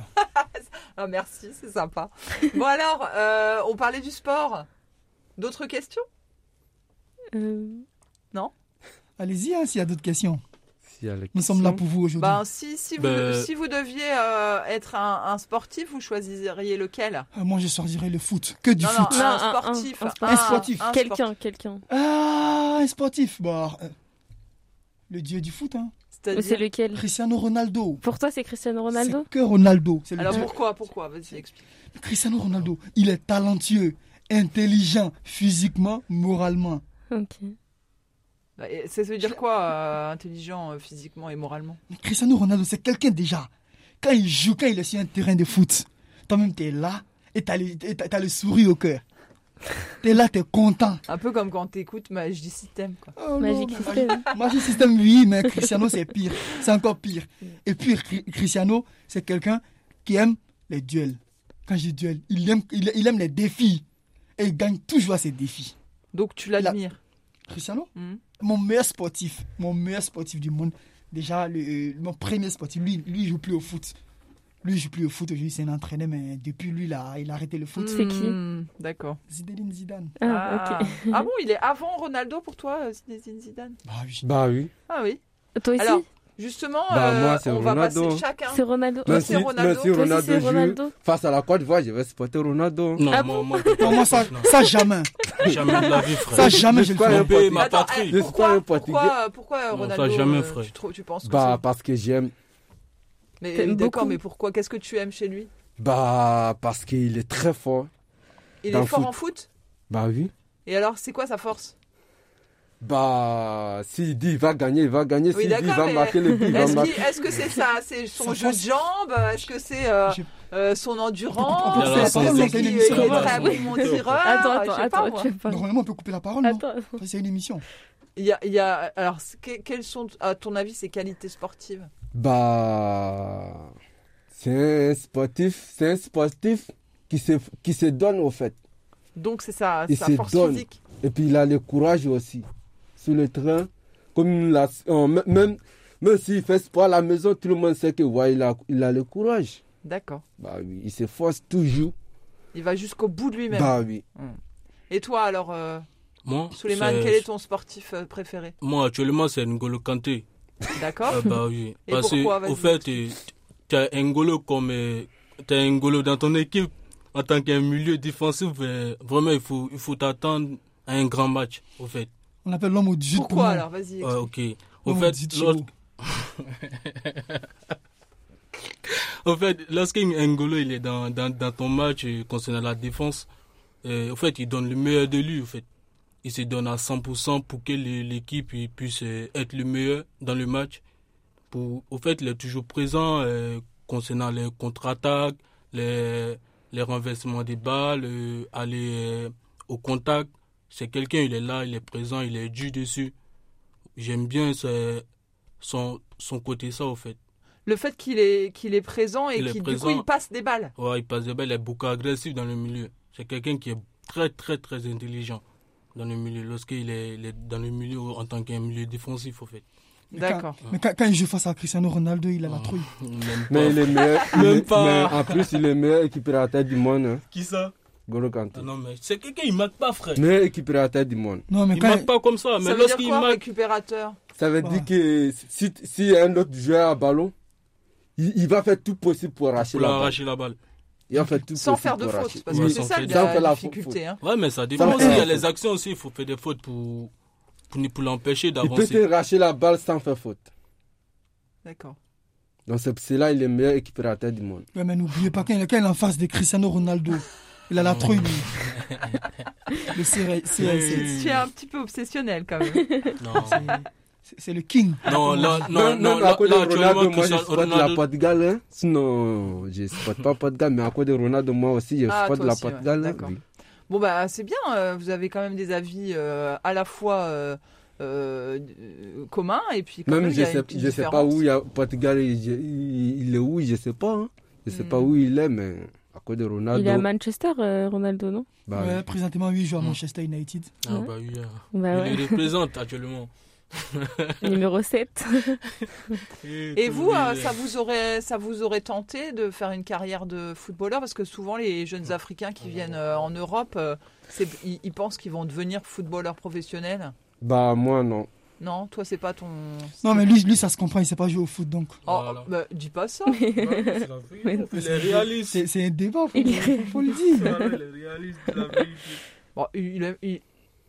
[SPEAKER 2] Ah, merci, c'est sympa. bon, alors, euh, on parlait du sport. D'autres questions
[SPEAKER 3] Euh,
[SPEAKER 4] Allez-y, hein, s'il y a d'autres questions.
[SPEAKER 5] s'il y a les
[SPEAKER 4] Nous sommes là pour
[SPEAKER 5] questions.
[SPEAKER 4] vous aujourd'hui.
[SPEAKER 3] Bah,
[SPEAKER 2] ben, si, si, vous,
[SPEAKER 6] Ben-
[SPEAKER 2] si vous deviez euh, être un, un sportif, vous choisiriez lequel
[SPEAKER 4] Euh, moi, je sortirai le foot. Que du
[SPEAKER 2] Non, non,
[SPEAKER 4] foot.
[SPEAKER 2] un,
[SPEAKER 3] Non, un- un-
[SPEAKER 2] sportif.
[SPEAKER 3] un
[SPEAKER 4] sportif. Un sportif.
[SPEAKER 3] Quelqu'un, quelqu'un.
[SPEAKER 4] Ah, un sportif. Bah, euh, le dieu du foot, hein.
[SPEAKER 3] Mais C'est
[SPEAKER 2] C'est-à-dire-
[SPEAKER 3] lequel
[SPEAKER 4] Cristiano Ronaldo.
[SPEAKER 3] Pour toi, c'est Cristiano Ronaldo
[SPEAKER 4] C'est que Ronaldo. C'est le
[SPEAKER 2] Alors
[SPEAKER 4] dieu.
[SPEAKER 2] pourquoi Pourquoi Vas-y, explique.
[SPEAKER 4] Cristiano Ronaldo, il est talentueux, intelligent, physiquement, moralement.
[SPEAKER 3] Ok.
[SPEAKER 2] Bah, et Ça veut dire quoi, euh, intelligent euh, physiquement et moralement
[SPEAKER 4] Mais Cristiano Ronaldo, c'est quelqu'un déjà. Quand il joue, quand il est sur un terrain de foot, toi-même, t'es là et t'as le, et t'as- t'as le sourire au cœur. T'es là, t'es content.
[SPEAKER 2] Un peu comme quand t'écoutes bah, Magic System, quoi.
[SPEAKER 4] Oh non,
[SPEAKER 3] Magic
[SPEAKER 4] mais
[SPEAKER 3] System.
[SPEAKER 4] Magic- Magic System, oui, mais Cristiano, c'est pire. C'est encore pire. Et puis, Cri- Cristiano, c'est quelqu'un qui aime les duels. Quand je dis duel, il aime, il, il aime les défis. Et il gagne toujours à ses défis.
[SPEAKER 2] Donc tu l'admires.
[SPEAKER 4] Cristiano,
[SPEAKER 3] Mm.
[SPEAKER 2] Hmm.
[SPEAKER 4] mon meilleur sportif, mon meilleur sportif du monde. Déjà, le, euh, mon premier sportif, lui, lui, il joue plus au foot. Lui, il joue plus au foot aujourd'hui, c'est un entraîneur, mais depuis lui, là, il a arrêté le foot.
[SPEAKER 3] C'est qui
[SPEAKER 2] Hmm, D'accord.
[SPEAKER 4] Zidane Zidane.
[SPEAKER 3] Ah,
[SPEAKER 2] Ah. Ah bon, il est avant Ronaldo pour toi, euh, Zinedine Zidane
[SPEAKER 4] Bah oui.
[SPEAKER 5] Bah oui.
[SPEAKER 2] Ah oui.
[SPEAKER 3] ok. Toi aussi
[SPEAKER 2] Alors, justement,
[SPEAKER 5] Bah,
[SPEAKER 2] euh,
[SPEAKER 5] moi, c'est
[SPEAKER 2] on va
[SPEAKER 5] Ronaldo. hein.
[SPEAKER 2] passer chacun.
[SPEAKER 3] C'est Ronaldo.
[SPEAKER 2] Toi,
[SPEAKER 5] Même
[SPEAKER 2] c'est
[SPEAKER 5] si
[SPEAKER 2] Ronaldo.
[SPEAKER 5] même si
[SPEAKER 2] Toi
[SPEAKER 3] aussi, c'est
[SPEAKER 5] Ronaldo
[SPEAKER 3] Ronaldo.
[SPEAKER 5] joue face à la Côte d'Ivoire, je vais supporter Ronaldo. hein.
[SPEAKER 6] Non,
[SPEAKER 3] Ah
[SPEAKER 6] moi, moi, je-
[SPEAKER 4] Pour moi, ça,
[SPEAKER 6] non,
[SPEAKER 4] ça jamais.
[SPEAKER 6] jamais de la vie,
[SPEAKER 4] Ça
[SPEAKER 6] frère.
[SPEAKER 4] jamais, je le
[SPEAKER 5] Pourquoi
[SPEAKER 4] ferai.
[SPEAKER 6] Mon pays est ma
[SPEAKER 2] Attends,
[SPEAKER 6] patrie.
[SPEAKER 2] eh,
[SPEAKER 5] Je suis pas
[SPEAKER 2] pourquoi,
[SPEAKER 5] un
[SPEAKER 2] pourquoi,
[SPEAKER 5] Portugais.
[SPEAKER 2] euh, pourquoi, euh,
[SPEAKER 6] Non, ça,
[SPEAKER 2] Ronaldo
[SPEAKER 6] jamais,
[SPEAKER 2] euh,
[SPEAKER 6] frère.
[SPEAKER 2] tu, trou- tu penses que
[SPEAKER 5] Bah
[SPEAKER 2] c'est-
[SPEAKER 5] parce que j'aime.
[SPEAKER 2] Mais
[SPEAKER 3] t'aimes
[SPEAKER 2] d'accord,
[SPEAKER 3] beaucoup.
[SPEAKER 2] mais pourquoi Qu'est-ce que tu aimes chez lui
[SPEAKER 5] Bah parce qu'il est très fort.
[SPEAKER 2] Il
[SPEAKER 5] Dans
[SPEAKER 2] est
[SPEAKER 5] le
[SPEAKER 2] fort
[SPEAKER 5] foot.
[SPEAKER 2] en foot
[SPEAKER 5] Bah oui.
[SPEAKER 2] Et alors, c'est quoi sa force
[SPEAKER 5] Bah s'il dit il va gagner, il va gagner.
[SPEAKER 2] Oui,
[SPEAKER 5] S'il dit il
[SPEAKER 2] d'accord,
[SPEAKER 5] va
[SPEAKER 2] mais
[SPEAKER 5] marquer le but, il va
[SPEAKER 2] Est-ce
[SPEAKER 5] marquer.
[SPEAKER 2] qu'il- est-ce que c'est ça C'est son
[SPEAKER 4] Sa
[SPEAKER 2] jeu de
[SPEAKER 4] force-
[SPEAKER 2] jambes Est-ce que c'est euh,
[SPEAKER 4] Je-
[SPEAKER 2] euh, son
[SPEAKER 4] On
[SPEAKER 2] endurance
[SPEAKER 4] peut- on peut faire
[SPEAKER 2] Est-ce
[SPEAKER 4] la parole,
[SPEAKER 2] qu'il-
[SPEAKER 4] on fait une
[SPEAKER 2] qu'il est
[SPEAKER 4] émission.
[SPEAKER 2] très
[SPEAKER 6] Ah,
[SPEAKER 2] bon
[SPEAKER 6] oui.
[SPEAKER 2] montireur
[SPEAKER 3] Attends,
[SPEAKER 2] Je
[SPEAKER 3] attends,
[SPEAKER 2] sais pas,
[SPEAKER 3] attends,
[SPEAKER 2] moi.
[SPEAKER 3] tu veux pas-
[SPEAKER 4] Normalement, on peut couper la parole, non
[SPEAKER 3] Attends.
[SPEAKER 4] Ça, C'est une émission.
[SPEAKER 2] Il y a, il y a- alors, c'est- que- quelles sont, à ton avis, ses qualités sportives
[SPEAKER 5] Bah c'est un sportif, c'est un sportif qui se qui se donne au fait.
[SPEAKER 2] Donc, c'est sa,
[SPEAKER 5] Il
[SPEAKER 2] sa
[SPEAKER 5] se
[SPEAKER 2] force
[SPEAKER 5] donne.
[SPEAKER 2] physique.
[SPEAKER 5] Et puis il a le courage aussi. Sur le train, comme la, euh, m- même, même s'il fait sport à la maison, tout le monde sait que ouais, il, a, il a le courage.
[SPEAKER 2] D'accord.
[SPEAKER 5] Bah oui, il se force toujours.
[SPEAKER 2] Il va jusqu'au bout de lui-même.
[SPEAKER 5] Bah oui.
[SPEAKER 2] Et toi, alors, euh,
[SPEAKER 6] Moi,
[SPEAKER 2] Souleymane,
[SPEAKER 6] c'est-
[SPEAKER 2] quel est ton sportif euh, préféré
[SPEAKER 6] Moi, actuellement, c'est N'Golo Kanté.
[SPEAKER 2] D'accord
[SPEAKER 6] Ah bah oui.
[SPEAKER 2] Et
[SPEAKER 6] Parce
[SPEAKER 2] pourquoi,
[SPEAKER 6] que,
[SPEAKER 2] vas-y.
[SPEAKER 6] au fait, euh, t'as N'Golo comme. euh, T'as N'Golo dans ton équipe. En tant qu'un milieu défensif, euh, vraiment, il faut il faut t'attendre à un grand match, au fait.
[SPEAKER 4] On appelle l'homme au jus pour
[SPEAKER 2] Pourquoi
[SPEAKER 4] moi.
[SPEAKER 2] alors Vas-y.
[SPEAKER 6] Ah, ok. Au
[SPEAKER 4] L'homme au
[SPEAKER 6] fait,
[SPEAKER 4] jus de
[SPEAKER 6] lors-
[SPEAKER 4] Chibo.
[SPEAKER 6] au fait, lorsque N'Golo il est dans, dans, dans ton match euh, concernant la défense, euh, au fait, il donne le meilleur de lui, au fait. Il se donne à 100% pour que l'é- l'équipe il puisse euh, être le meilleur dans le match. Pour, au fait, il est toujours présent euh, concernant les contre-attaques, les, les renversements des balles, euh, aller euh, au contact. C'est quelqu'un, il est là, il est présent, il est dû dessus. J'aime bien ce- son, son côté, ça, au fait.
[SPEAKER 2] Le fait qu'il est, qu'il est présent et
[SPEAKER 6] Il est
[SPEAKER 2] qu'il du
[SPEAKER 6] présent.
[SPEAKER 2] coup il passe des balles.
[SPEAKER 6] Ouais, il passe des balles, il est beaucoup agressif dans le milieu. C'est quelqu'un qui est très, très, très intelligent dans le milieu. Lorsqu'il est, il est dans le milieu en tant qu'un milieu défensif, au fait.
[SPEAKER 4] Mais
[SPEAKER 2] D'accord.
[SPEAKER 4] quand- Mais quand, quand je face à Cristiano Ronaldo, il a la
[SPEAKER 6] Ah.
[SPEAKER 4] trouille.
[SPEAKER 6] Il n'aime pas.
[SPEAKER 5] Mais il est meilleur. il
[SPEAKER 6] Même
[SPEAKER 5] est-
[SPEAKER 6] pas.
[SPEAKER 5] mais en plus, il est meilleur équipé à la tête du monde. hein,
[SPEAKER 6] Qui ça
[SPEAKER 5] Golo Kanté.
[SPEAKER 6] ah Non, mais c'est quelqu'un, il marque pas, frère.
[SPEAKER 5] Meilleur équipé à la tête du monde.
[SPEAKER 4] Non, mais
[SPEAKER 6] Il
[SPEAKER 4] quand
[SPEAKER 6] marque pas comme ça, Ah, mais
[SPEAKER 2] ça veut dire
[SPEAKER 6] lorsqu'il
[SPEAKER 2] quoi,
[SPEAKER 6] marque.
[SPEAKER 2] récupérateur
[SPEAKER 5] Ça veut dire que si, si un autre joueur a ballon, il, il va faire tout possible pour arracher
[SPEAKER 6] Pour
[SPEAKER 5] la balle.
[SPEAKER 6] arracher la balle.
[SPEAKER 5] Il va faire tout
[SPEAKER 2] Sans
[SPEAKER 5] possible
[SPEAKER 2] faire de
[SPEAKER 5] pour
[SPEAKER 2] faute.
[SPEAKER 5] arracher.
[SPEAKER 2] Parce
[SPEAKER 6] Oui,
[SPEAKER 2] que
[SPEAKER 5] Oui.
[SPEAKER 2] c'est
[SPEAKER 6] sans
[SPEAKER 2] ça
[SPEAKER 6] faire-
[SPEAKER 5] sans
[SPEAKER 2] la,
[SPEAKER 5] faire la
[SPEAKER 2] difficulté. hein.
[SPEAKER 6] Ouais, mais ça
[SPEAKER 5] Ça
[SPEAKER 6] dépend aussi.
[SPEAKER 5] fait-
[SPEAKER 6] Il y a les actions aussi, il faut faire des fautes pour, pour, pour l'empêcher
[SPEAKER 5] Il peut
[SPEAKER 6] d'avancer.
[SPEAKER 5] te arracher la balle sans faire faute.
[SPEAKER 2] D'accord.
[SPEAKER 5] Donc c'est c'est là il est meilleur équipé à la tête du monde.
[SPEAKER 4] Ouais, mais n'oubliez pas, quand il est quand il est en face de Cristiano Ronaldo, il a la trouille, lui. Le CR- CR7.
[SPEAKER 2] Tu es un petit peu obsessionnel quand même.
[SPEAKER 6] Non,
[SPEAKER 4] C'est- C'est le king.
[SPEAKER 6] non, là, non,
[SPEAKER 5] Même- même
[SPEAKER 6] non, là,
[SPEAKER 5] à cause de
[SPEAKER 6] là, actuellement,
[SPEAKER 5] Ronaldo, moi je
[SPEAKER 6] Cristiano
[SPEAKER 5] supporte
[SPEAKER 6] Ronaldo-
[SPEAKER 5] la Portugal. hein. Sinon, je ne supporte pas Portugal, mais à cause de Ronaldo, moi aussi, je
[SPEAKER 2] Ah,
[SPEAKER 5] supporte
[SPEAKER 2] toi
[SPEAKER 5] la
[SPEAKER 2] aussi, ouais.
[SPEAKER 5] Portugal. hein.
[SPEAKER 2] D'accord.
[SPEAKER 5] Oui.
[SPEAKER 2] Bon bah c'est bien, euh, vous avez quand même des avis euh, à la fois euh, euh, euh, communs et puis quand même,
[SPEAKER 5] Même
[SPEAKER 2] il
[SPEAKER 5] je
[SPEAKER 2] y
[SPEAKER 5] ne
[SPEAKER 2] a une
[SPEAKER 5] sais,
[SPEAKER 2] petite
[SPEAKER 5] je sais pas
[SPEAKER 2] différence.
[SPEAKER 5] où il y a Portugal, il, il- il est où, je ne sais pas. hein. Je ne sais
[SPEAKER 2] Hmm.
[SPEAKER 5] pas où il est, mais à cause de Ronaldo.
[SPEAKER 3] Il est à Manchester, euh, Ronaldo, non
[SPEAKER 5] bah,
[SPEAKER 4] Ouais, présentement, oui, il joue
[SPEAKER 6] Hmm.
[SPEAKER 4] à Manchester United.
[SPEAKER 6] Ah, bah oui, hein.
[SPEAKER 3] Bah ouais.
[SPEAKER 6] il les représente actuellement.
[SPEAKER 3] Numéro 7.
[SPEAKER 2] Et vous, euh, ça
[SPEAKER 6] ça
[SPEAKER 2] vous aurait, ça vous aurait tenté de faire une carrière de footballeur parce que souvent les jeunes Africains qui viennent euh, en Europe, euh, c'est- ils, ils pensent qu'ils vont devenir footballeurs professionnels.
[SPEAKER 5] bah, moi, non.
[SPEAKER 2] Non, toi c'est pas ton.
[SPEAKER 4] Non, mais lui, lui, ça se comprend, il sait pas jouer au foot, donc.
[SPEAKER 2] Oh,
[SPEAKER 6] Voilà.
[SPEAKER 2] bah, dis pas ça.
[SPEAKER 6] Il est réaliste.
[SPEAKER 4] C'est c'est un débat, faut,
[SPEAKER 3] Il est-
[SPEAKER 4] faut le dire.
[SPEAKER 6] Voilà, Il est réaliste de la vérité.
[SPEAKER 2] Bon, il, est- il-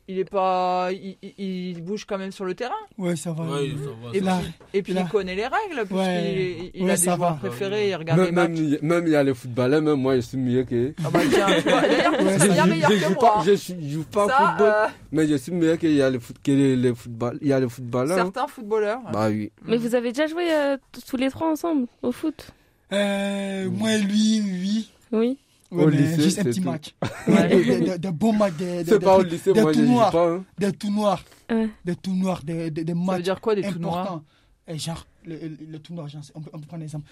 [SPEAKER 2] il est pas, il, il- il bouge quand même sur le terrain.
[SPEAKER 4] Ouais, bah, ça va.
[SPEAKER 6] Ouais, ça va,
[SPEAKER 2] Et
[SPEAKER 6] ça
[SPEAKER 4] là,
[SPEAKER 6] va.
[SPEAKER 2] Et puis
[SPEAKER 4] Là.
[SPEAKER 2] il connaît les règles puisqu'il
[SPEAKER 4] Ouais.
[SPEAKER 2] il
[SPEAKER 4] Ouais,
[SPEAKER 2] a des
[SPEAKER 4] ça
[SPEAKER 2] joueurs
[SPEAKER 4] va.
[SPEAKER 2] préférés, il regarde les
[SPEAKER 5] Même,
[SPEAKER 2] matchs.
[SPEAKER 5] même, il y- même il y a les footballeurs, même moi, je suis meilleur que.
[SPEAKER 2] Ah bah tiens, tu vois, d'ailleurs,
[SPEAKER 4] Ouais,
[SPEAKER 2] c'est
[SPEAKER 4] ça,
[SPEAKER 2] bien
[SPEAKER 4] je-
[SPEAKER 2] meilleur
[SPEAKER 5] je
[SPEAKER 2] que
[SPEAKER 5] joue
[SPEAKER 2] moi.
[SPEAKER 5] pas,
[SPEAKER 2] hein.
[SPEAKER 5] je suis- je joue pas au
[SPEAKER 2] Ça,
[SPEAKER 5] football,
[SPEAKER 2] euh,
[SPEAKER 5] mais je suis meilleur que, il y a les, foot, que les, les football, il y a les footballeurs. hein.
[SPEAKER 2] certains footballeurs.
[SPEAKER 5] Bah oui.
[SPEAKER 3] Mais vous avez déjà joué euh, t- tous les trois ensemble au foot
[SPEAKER 4] Euh, moi, lui, oui.
[SPEAKER 3] Oui.
[SPEAKER 4] Ouais,
[SPEAKER 5] Au
[SPEAKER 4] mais
[SPEAKER 5] lycée,
[SPEAKER 4] juste un
[SPEAKER 5] c'est
[SPEAKER 4] petit
[SPEAKER 5] tout.
[SPEAKER 4] match.
[SPEAKER 2] Ouais.
[SPEAKER 4] Des, des- des- des bons matchs, des, des,
[SPEAKER 5] C'est
[SPEAKER 4] des
[SPEAKER 5] pas au
[SPEAKER 4] trucs-
[SPEAKER 5] lycée,
[SPEAKER 4] des
[SPEAKER 5] moi, je
[SPEAKER 4] tout
[SPEAKER 5] ne joue
[SPEAKER 4] noirs.
[SPEAKER 5] pas. hein.
[SPEAKER 4] des tout noirs.
[SPEAKER 3] Ouais.
[SPEAKER 4] Des tout noirs, des, des, des
[SPEAKER 2] Ça
[SPEAKER 4] matchs
[SPEAKER 2] veut dire quoi des tout noirs
[SPEAKER 4] importants. Et Eh, genre, le, le- le tout noir, genre, c'est- on, peut, on peut prendre un exemple.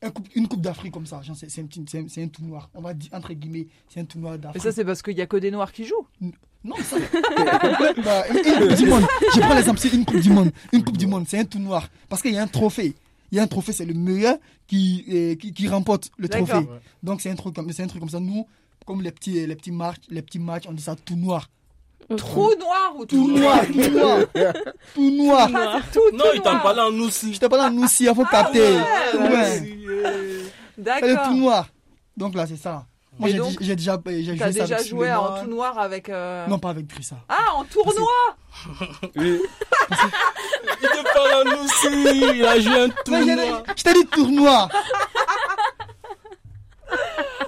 [SPEAKER 4] Un coupe- une coupe d'Afrique comme ça, genre, c'est c'est un, petit- c'est un- c'est un tout noir. On va dire, entre guillemets, c'est un tout noir
[SPEAKER 2] Mais
[SPEAKER 4] d'Afrique.
[SPEAKER 2] ça c'est parce qu'il y a que des noirs qui jouent.
[SPEAKER 4] Non, ça. Bah, une une coupe du monde. Je prends l'exemple, c'est une coupe du monde. Une coupe du monde, c'est un tout noir. Parce qu'il y a un trophée. Il y a un trophée, c'est le meilleur qui, euh, qui, qui remporte le
[SPEAKER 2] D'accord.
[SPEAKER 4] trophée.
[SPEAKER 6] Ouais.
[SPEAKER 4] Donc c'est un, truc comme- c'est un truc comme ça. Nous, comme les petits, les petits matchs, les petits matchs, on dit ça tout noir.
[SPEAKER 2] Trou noir ou
[SPEAKER 4] Tout noir, tout noir. Tout noir.
[SPEAKER 2] Ah, c'est tout,
[SPEAKER 6] Non,
[SPEAKER 2] tout
[SPEAKER 6] il t'en
[SPEAKER 2] noir.
[SPEAKER 6] parlait en nous si.
[SPEAKER 4] Je te parle en nous si, il faut capter.
[SPEAKER 2] Ah ouais,
[SPEAKER 4] Ouais. Elle est
[SPEAKER 2] D'accord.
[SPEAKER 4] tout noire. Donc là, c'est ça. Moi,
[SPEAKER 2] Et
[SPEAKER 4] j'ai
[SPEAKER 2] donc,
[SPEAKER 4] di- j'ai déjà, j'ai joué
[SPEAKER 2] T'as
[SPEAKER 4] ça
[SPEAKER 2] déjà
[SPEAKER 4] avec
[SPEAKER 2] joué
[SPEAKER 4] Suleiman.
[SPEAKER 2] en tout noir avec. euh,
[SPEAKER 4] Non, pas avec Drissa.
[SPEAKER 2] Ah, en tournoi
[SPEAKER 5] Oui.
[SPEAKER 6] Il te parle en nous si. Il a joué un
[SPEAKER 4] Mais j'ai-
[SPEAKER 6] tournoi.
[SPEAKER 4] Je t'ai dit tournoi.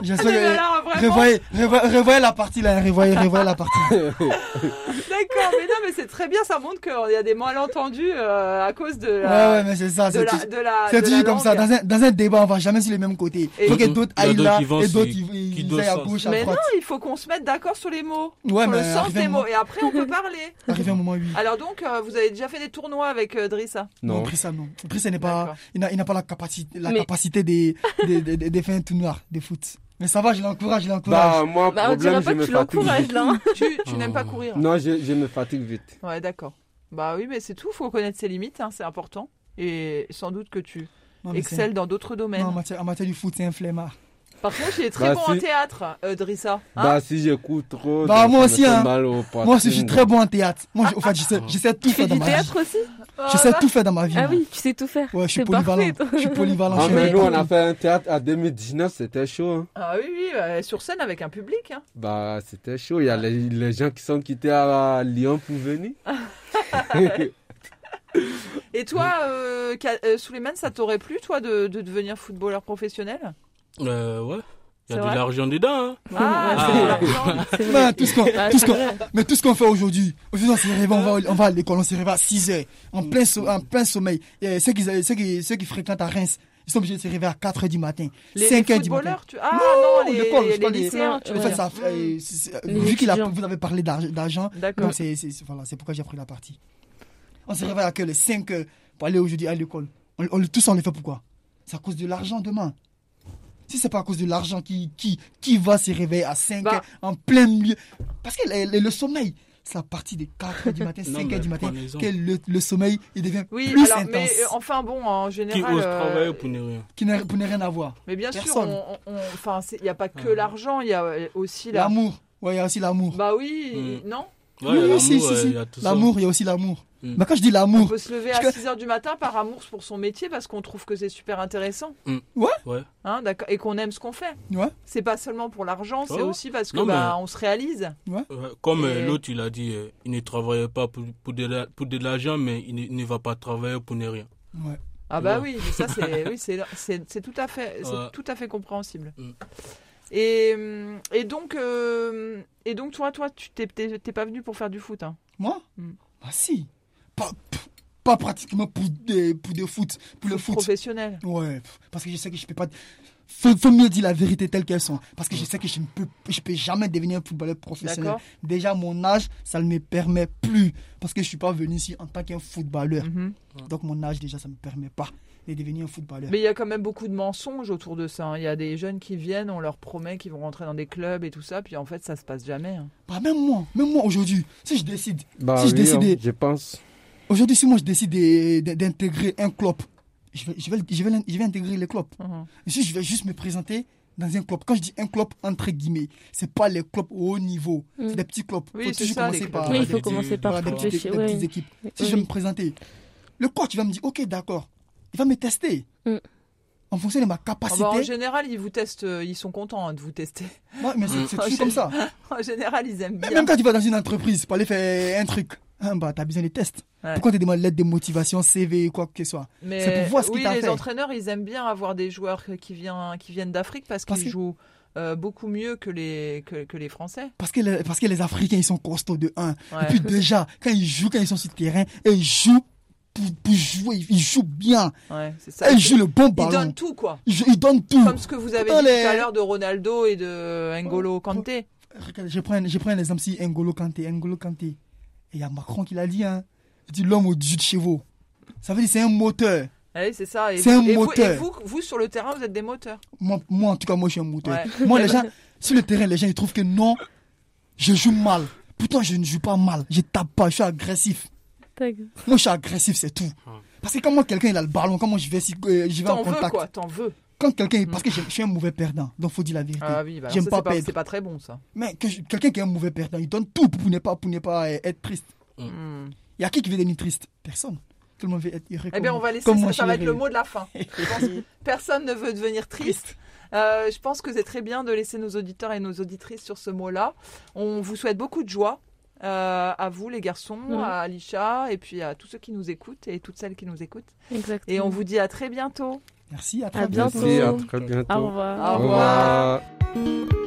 [SPEAKER 4] J'espère
[SPEAKER 2] Ah, Mais
[SPEAKER 4] que.
[SPEAKER 2] alors, vraiment
[SPEAKER 4] Revoyez, revoyez, revoyez la partie là, revoyez, revoyez la partie.
[SPEAKER 2] D'accord, mais non, mais c'est très bien, ça montre qu'il y a des malentendus euh, à cause de
[SPEAKER 4] Ouais,
[SPEAKER 2] la.
[SPEAKER 4] ouais, mais c'est ça.
[SPEAKER 2] de
[SPEAKER 4] C'est
[SPEAKER 2] la,
[SPEAKER 4] tu-
[SPEAKER 2] de la-
[SPEAKER 4] c'est
[SPEAKER 2] de
[SPEAKER 4] toujours
[SPEAKER 2] la
[SPEAKER 4] comme ça.
[SPEAKER 2] langue.
[SPEAKER 4] Dans un, dans un débat, on va jamais sur les mêmes côtés. Il faut
[SPEAKER 6] Et-
[SPEAKER 4] que d'autres
[SPEAKER 6] Il y a
[SPEAKER 4] aillent
[SPEAKER 6] d'autres
[SPEAKER 4] là
[SPEAKER 6] qui vont
[SPEAKER 4] et
[SPEAKER 6] sur-
[SPEAKER 4] d'autres ils, ils
[SPEAKER 6] qui d'autres
[SPEAKER 4] aillent à
[SPEAKER 6] sont-
[SPEAKER 4] gauche, à
[SPEAKER 2] Mais non,
[SPEAKER 4] droite.
[SPEAKER 2] il faut qu'on se mette d'accord sur les mots,
[SPEAKER 4] Ouais,
[SPEAKER 2] sur le
[SPEAKER 4] mais
[SPEAKER 2] sens
[SPEAKER 4] arrivé
[SPEAKER 2] des
[SPEAKER 4] un moment-
[SPEAKER 2] mots, et après on peut parler.
[SPEAKER 4] Arrivé un moment, oui.
[SPEAKER 2] Alors donc, euh, vous avez déjà fait des tournois avec euh, Drissa
[SPEAKER 4] Non,
[SPEAKER 5] Non.
[SPEAKER 4] Drissa, non. Drissa n'est pas,
[SPEAKER 2] D'accord.
[SPEAKER 4] il n'a il n'a pas la capacité, la
[SPEAKER 3] Mais-
[SPEAKER 4] capacité des, des, des, des, des fins tout noir, des foot. Mais ça va, je l'encourage, je l'encourage.
[SPEAKER 5] Bah, moi,
[SPEAKER 3] Bah, on
[SPEAKER 5] problème,
[SPEAKER 3] dirait
[SPEAKER 5] je
[SPEAKER 3] pas que
[SPEAKER 5] me
[SPEAKER 3] tu
[SPEAKER 5] fatigue
[SPEAKER 3] l'encourages
[SPEAKER 5] vite.
[SPEAKER 3] là. hein.
[SPEAKER 2] Tu, tu
[SPEAKER 6] Oh.
[SPEAKER 2] n'aimes pas courir
[SPEAKER 5] Non, je, je me fatigue vite.
[SPEAKER 2] Ouais, d'accord. Bah oui, mais c'est tout, faut connaître ses limites, hein, c'est important. Et sans doute que tu
[SPEAKER 4] Non, mais c'est-
[SPEAKER 2] excelles dans d'autres
[SPEAKER 3] Ben.
[SPEAKER 4] Non, en
[SPEAKER 2] domaines.
[SPEAKER 4] matière, en matière du foot, c'est un flemmard.
[SPEAKER 2] Par contre, il est très
[SPEAKER 5] Bah,
[SPEAKER 2] bon
[SPEAKER 5] si.
[SPEAKER 2] en théâtre, euh, Drissa. hein.
[SPEAKER 5] bah, si j'écoute trop.
[SPEAKER 4] Bah,
[SPEAKER 5] donc
[SPEAKER 4] moi
[SPEAKER 5] ça me
[SPEAKER 4] aussi,
[SPEAKER 5] fait
[SPEAKER 4] hein.
[SPEAKER 5] Mal au
[SPEAKER 4] Moi aussi, je suis
[SPEAKER 5] poitrine.
[SPEAKER 4] très bon en théâtre. Moi, je, en fait, je sais, je sais tout
[SPEAKER 3] Ah. Tu fais
[SPEAKER 4] faire dans
[SPEAKER 3] du
[SPEAKER 4] ma vie.
[SPEAKER 3] théâtre aussi
[SPEAKER 2] Ah,
[SPEAKER 4] Je sais
[SPEAKER 2] bah,
[SPEAKER 4] tout faire dans ma vie.
[SPEAKER 3] Ah
[SPEAKER 4] moi.
[SPEAKER 3] oui, tu sais tout faire.
[SPEAKER 4] Ouais, je suis
[SPEAKER 3] C'est parfait,
[SPEAKER 4] polyvalent.
[SPEAKER 3] toi.
[SPEAKER 4] Je suis polyvalent.
[SPEAKER 5] Ah,
[SPEAKER 4] je suis
[SPEAKER 5] mais
[SPEAKER 4] un
[SPEAKER 5] nous, on
[SPEAKER 4] mec
[SPEAKER 5] a fait un théâtre à 2019, c'était chaud. hein.
[SPEAKER 2] ah oui, oui, euh, sur scène avec un public. hein.
[SPEAKER 5] Bah, c'était chaud. Il y a les, les gens qui sont quittés à Lyon pour venir.
[SPEAKER 2] Et toi, euh, Ka- euh, Souleymane, ça t'aurait plu, toi, de, de devenir footballeur professionnel
[SPEAKER 6] Euh, ouais. Il y
[SPEAKER 3] C'est
[SPEAKER 6] a
[SPEAKER 3] vrai
[SPEAKER 6] de l'argent dedans. hein.
[SPEAKER 2] Ah, c'est
[SPEAKER 6] Ah.
[SPEAKER 2] pour l'argent.
[SPEAKER 3] C'est
[SPEAKER 4] cool.
[SPEAKER 3] vrai.
[SPEAKER 4] Ben, tout ce qu'on,
[SPEAKER 3] Bah,
[SPEAKER 4] tout ce
[SPEAKER 3] c'est
[SPEAKER 4] qu'on-
[SPEAKER 3] vrai.
[SPEAKER 4] mais tout ce qu'on fait aujourd'hui, aujourd'hui on se réveille, on va, au- on va à l'école, on se réveille à 6 heures, en
[SPEAKER 3] Mm.
[SPEAKER 4] plein, so- en plein sommeil. Et ceux qui, ceux qui, ceux qui fréquentent à Reims, ils sont obligés de se réveiller à 4 heures du matin,
[SPEAKER 2] Les,
[SPEAKER 4] 5
[SPEAKER 2] les
[SPEAKER 4] heures du matin.
[SPEAKER 2] footballeurs, tu... Ah non, les,
[SPEAKER 4] l'école,
[SPEAKER 2] les
[SPEAKER 4] je parle des-
[SPEAKER 2] lycéens, tu
[SPEAKER 4] En
[SPEAKER 2] veux
[SPEAKER 4] fait,
[SPEAKER 2] dire.
[SPEAKER 4] ça, euh, c'est- c'est-
[SPEAKER 3] Les
[SPEAKER 4] vu qu'il a,
[SPEAKER 3] étudiants.
[SPEAKER 4] vous avez parlé d'argent- d'argent,
[SPEAKER 2] D'accord.
[SPEAKER 4] donc c'est, c'est- voilà, c'est pourquoi j'ai pris la partie. On se réveille à quelle heure 5 heures euh, pour aller aujourd'hui à l'école. On, on, tout ça, on le fait pourquoi C'est à cause de l'argent demain. Si c'est pas à cause de l'argent qui, qui, qui va se réveiller à 5
[SPEAKER 2] Bah.
[SPEAKER 4] heures en plein milieu. Parce que le, le- le sommeil, c'est à partir des 4 heures du matin,
[SPEAKER 6] Non,
[SPEAKER 4] 5
[SPEAKER 6] mais
[SPEAKER 4] heures du matin,
[SPEAKER 6] prenez-en.
[SPEAKER 4] que le, le sommeil il devient
[SPEAKER 2] Oui,
[SPEAKER 4] plus
[SPEAKER 2] alors, mais
[SPEAKER 4] intense.
[SPEAKER 2] euh, enfin bon, en
[SPEAKER 6] Qui
[SPEAKER 2] général.
[SPEAKER 6] ose
[SPEAKER 2] euh,
[SPEAKER 6] travailler pour ne rien
[SPEAKER 4] Qui n'a pour ne rien à voir.
[SPEAKER 2] Mais bien
[SPEAKER 4] Personne.
[SPEAKER 2] sûr, on- on- on- enfin, c'est- il n'y a pas que
[SPEAKER 6] Ouais.
[SPEAKER 2] l'argent, il y a euh, aussi la.
[SPEAKER 4] L'amour. Ouais, il y a aussi l'amour.
[SPEAKER 2] Bah oui, non
[SPEAKER 6] Ouais, il y a
[SPEAKER 4] oui, si,
[SPEAKER 6] l'amour,
[SPEAKER 4] si,
[SPEAKER 6] euh,
[SPEAKER 4] si.
[SPEAKER 6] il y a tout ça.
[SPEAKER 4] L'amour, il y a aussi l'amour.
[SPEAKER 6] Mm.
[SPEAKER 4] Mais quand je dis
[SPEAKER 2] On
[SPEAKER 4] l'amour,
[SPEAKER 2] peut se lever
[SPEAKER 4] Parce
[SPEAKER 2] à
[SPEAKER 4] que-
[SPEAKER 2] 6 heures du matin par amour pour son métier parce qu'on trouve que c'est super intéressant.
[SPEAKER 6] Mm.
[SPEAKER 4] Ouais.
[SPEAKER 6] Ouais.
[SPEAKER 2] Hein, d'accord Et qu'on aime ce qu'on fait.
[SPEAKER 4] Ouais.
[SPEAKER 2] C'est pas seulement pour l'argent, c'est
[SPEAKER 6] Oh.
[SPEAKER 2] aussi parce que
[SPEAKER 6] Non, mais-
[SPEAKER 2] bah, on se réalise.
[SPEAKER 6] Ouais, Comme euh,
[SPEAKER 2] Et-
[SPEAKER 6] l'autre, il a dit, euh, il ne travaillait pas pour, pour de la- pour de l'argent, mais il ne, il ne va pas travailler pour ne rien.
[SPEAKER 4] ouais.
[SPEAKER 2] Ah bah
[SPEAKER 6] Ouais.
[SPEAKER 2] oui, mais ça c'est oui, c'est- c'est c'est tout à fait c'est
[SPEAKER 6] Ouais.
[SPEAKER 2] tout à fait compréhensible.
[SPEAKER 6] Mm.
[SPEAKER 2] Et, hum, et donc euh, et donc toi toi tu t'es t'es t'es pas venu pour faire du foot hein.
[SPEAKER 4] moi,
[SPEAKER 2] Mm.
[SPEAKER 4] ah si. Pas, pff, pas pratiquement pour, des, pour, des foot, pour le
[SPEAKER 2] Foot
[SPEAKER 4] foot.
[SPEAKER 2] professionnel.
[SPEAKER 4] Ouais, pff, parce que je sais que je peux pas. Faut, faut mieux dire la vérité telle qu'elles sont. Parce que je sais que je ne peux, je peux jamais devenir footballeur professionnel.
[SPEAKER 2] D'accord.
[SPEAKER 4] Déjà, mon âge, ça ne me permet plus. Parce que je suis pas venu ici en tant qu'un footballeur.
[SPEAKER 2] Mhm.
[SPEAKER 4] Donc, mon âge, déjà, ça ne me permet pas de devenir un footballeur.
[SPEAKER 2] Mais il y a quand même beaucoup de mensonges autour de ça. hein. Il y a des jeunes qui viennent, on leur promet qu'ils vont rentrer dans des clubs et tout ça, puis en fait ça se passe jamais. hein.
[SPEAKER 4] Bah, même moi, même moi aujourd'hui, si je décide,
[SPEAKER 5] Bah
[SPEAKER 4] Si je
[SPEAKER 5] oui, hein,
[SPEAKER 4] décidais-
[SPEAKER 5] je pense.
[SPEAKER 4] aujourd'hui, si moi je décide de- de- d'intégrer un club, je vais, je, vais, je, vais, l'in- je vais intégrer le club.
[SPEAKER 2] Mhm.
[SPEAKER 4] Si je vais juste me présenter dans un club, quand je dis un club, entre guillemets, c'est pas les clubs au haut niveau,
[SPEAKER 3] Mm.
[SPEAKER 4] c'est des petits clubs.
[SPEAKER 2] Oui,
[SPEAKER 4] faut
[SPEAKER 2] c'est
[SPEAKER 4] toujours
[SPEAKER 2] ça, les
[SPEAKER 4] commencer
[SPEAKER 2] clubs.
[SPEAKER 4] par.
[SPEAKER 3] Oui, il
[SPEAKER 6] Des
[SPEAKER 3] faut
[SPEAKER 6] petits-
[SPEAKER 3] commencer par
[SPEAKER 4] Voilà, bah, des,
[SPEAKER 6] Parfois.
[SPEAKER 3] quelque
[SPEAKER 4] petites,
[SPEAKER 3] chose.
[SPEAKER 4] des petites équipes. Si je vais me présenter, le coach va me dire, ok, d'accord, il va me tester.
[SPEAKER 3] Mm.
[SPEAKER 4] En fonction de ma
[SPEAKER 2] Ah
[SPEAKER 4] capacité.
[SPEAKER 2] bah, en général, ils vous testent, euh, ils sont contents hein, de vous tester.
[SPEAKER 4] Ouais, mais c'est c'est
[SPEAKER 2] En
[SPEAKER 4] toujours comme ça.
[SPEAKER 2] En général, ils aiment
[SPEAKER 4] Même,
[SPEAKER 2] Mm. bien.
[SPEAKER 4] quand tu vas dans une entreprise pour aller faire un truc, ah, bah, tu as besoin de tests.
[SPEAKER 2] Ouais.
[SPEAKER 4] Pourquoi on te demande l'aide de motivation, CV, quoi que ce soit
[SPEAKER 2] Mais
[SPEAKER 4] c'est pour voir ce
[SPEAKER 2] oui,
[SPEAKER 4] qu'il t'a
[SPEAKER 2] les
[SPEAKER 4] fait.
[SPEAKER 2] entraîneurs, ils aiment bien avoir des joueurs qui viennent, qui viennent d'Afrique parce
[SPEAKER 4] Parce
[SPEAKER 2] qu'ils
[SPEAKER 4] que-
[SPEAKER 2] jouent euh, beaucoup mieux que les que, que les Français.
[SPEAKER 4] parce que, les, parce que les Africains, ils sont costauds de 1.
[SPEAKER 2] Ouais.
[SPEAKER 4] Et puis déjà, quand ils jouent, quand ils sont sur le terrain, ils jouent pour, pour jouer, ils jouent bien.
[SPEAKER 2] Ouais, c'est ça.
[SPEAKER 4] ils
[SPEAKER 2] Ils,
[SPEAKER 4] jouent le bon ballon.
[SPEAKER 2] donnent tout quoi.
[SPEAKER 4] Ils, jouent- ils donnent tout.
[SPEAKER 2] Comme ce que vous avez dit
[SPEAKER 4] Allez. Oh,
[SPEAKER 2] tout à l'heure de Ronaldo et de N'Golo Kanté.
[SPEAKER 4] Regarde, je prends, un- je prends un exemple ici, N'Golo Kanté, N'Golo Kanté. Et il y a Macron qui l'a dit, hein. Il dit l'homme au-dessus de chevaux. Ça veut dire c'est un moteur.
[SPEAKER 2] Ouais, Eh c'est ça. Et,
[SPEAKER 4] C'est un
[SPEAKER 2] et vous,
[SPEAKER 4] moteur.
[SPEAKER 2] et vous, vous, sur le terrain, vous êtes des moteurs.
[SPEAKER 4] Moi, moi, en tout cas, moi, je suis un moteur.
[SPEAKER 2] Ouais.
[SPEAKER 4] Moi, les gens, sur le terrain, les gens, ils trouvent que non, je joue mal. Pourtant, je ne joue pas mal. Je tape pas, je suis agressif. Moi, je suis agressif, c'est tout. Parce que quand moi, quelqu'un, il a le ballon, quand moi, je vais, si- euh, je vais en
[SPEAKER 2] T'en veux
[SPEAKER 4] contact.
[SPEAKER 2] quoi T'en veux.
[SPEAKER 4] Quand quelqu'un, parce que je, je suis un mauvais perdant, donc faut dire la vérité.
[SPEAKER 2] Mm. Ah oui, bah, alors
[SPEAKER 4] J'aime
[SPEAKER 2] ça,
[SPEAKER 4] pas
[SPEAKER 2] c'est pas,
[SPEAKER 4] perdre.
[SPEAKER 2] c'est pas très bon ça.
[SPEAKER 4] Mais que je- quelqu'un qui est un mauvais perdant, il donne tout pour ne pas, pour ne pas euh, être triste.
[SPEAKER 2] Hmm.
[SPEAKER 4] Il y a qui qui veut devenir triste Personne. Tout le monde veut être heureux.
[SPEAKER 2] Eh
[SPEAKER 4] comme-
[SPEAKER 2] bien, on va laisser
[SPEAKER 4] comme
[SPEAKER 2] ça,
[SPEAKER 4] moi,
[SPEAKER 2] ça va être
[SPEAKER 4] chérie.
[SPEAKER 2] le mot de la fin. Je pense que personne ne veut devenir triste. Euh, je pense que c'est très bien de laisser nos auditeurs et nos auditrices sur ce mot-là. On vous souhaite beaucoup de joie euh, à vous, les garçons,
[SPEAKER 3] Ouais.
[SPEAKER 2] à Alicia, et puis à tous ceux qui nous écoutent et toutes celles qui nous écoutent.
[SPEAKER 3] Exactement.
[SPEAKER 2] Et on vous dit à très bientôt.
[SPEAKER 4] Merci, à très
[SPEAKER 3] bientôt.
[SPEAKER 5] Merci, à très bientôt.
[SPEAKER 3] Au revoir.
[SPEAKER 2] Au
[SPEAKER 5] Au
[SPEAKER 2] revoir.
[SPEAKER 5] revoir.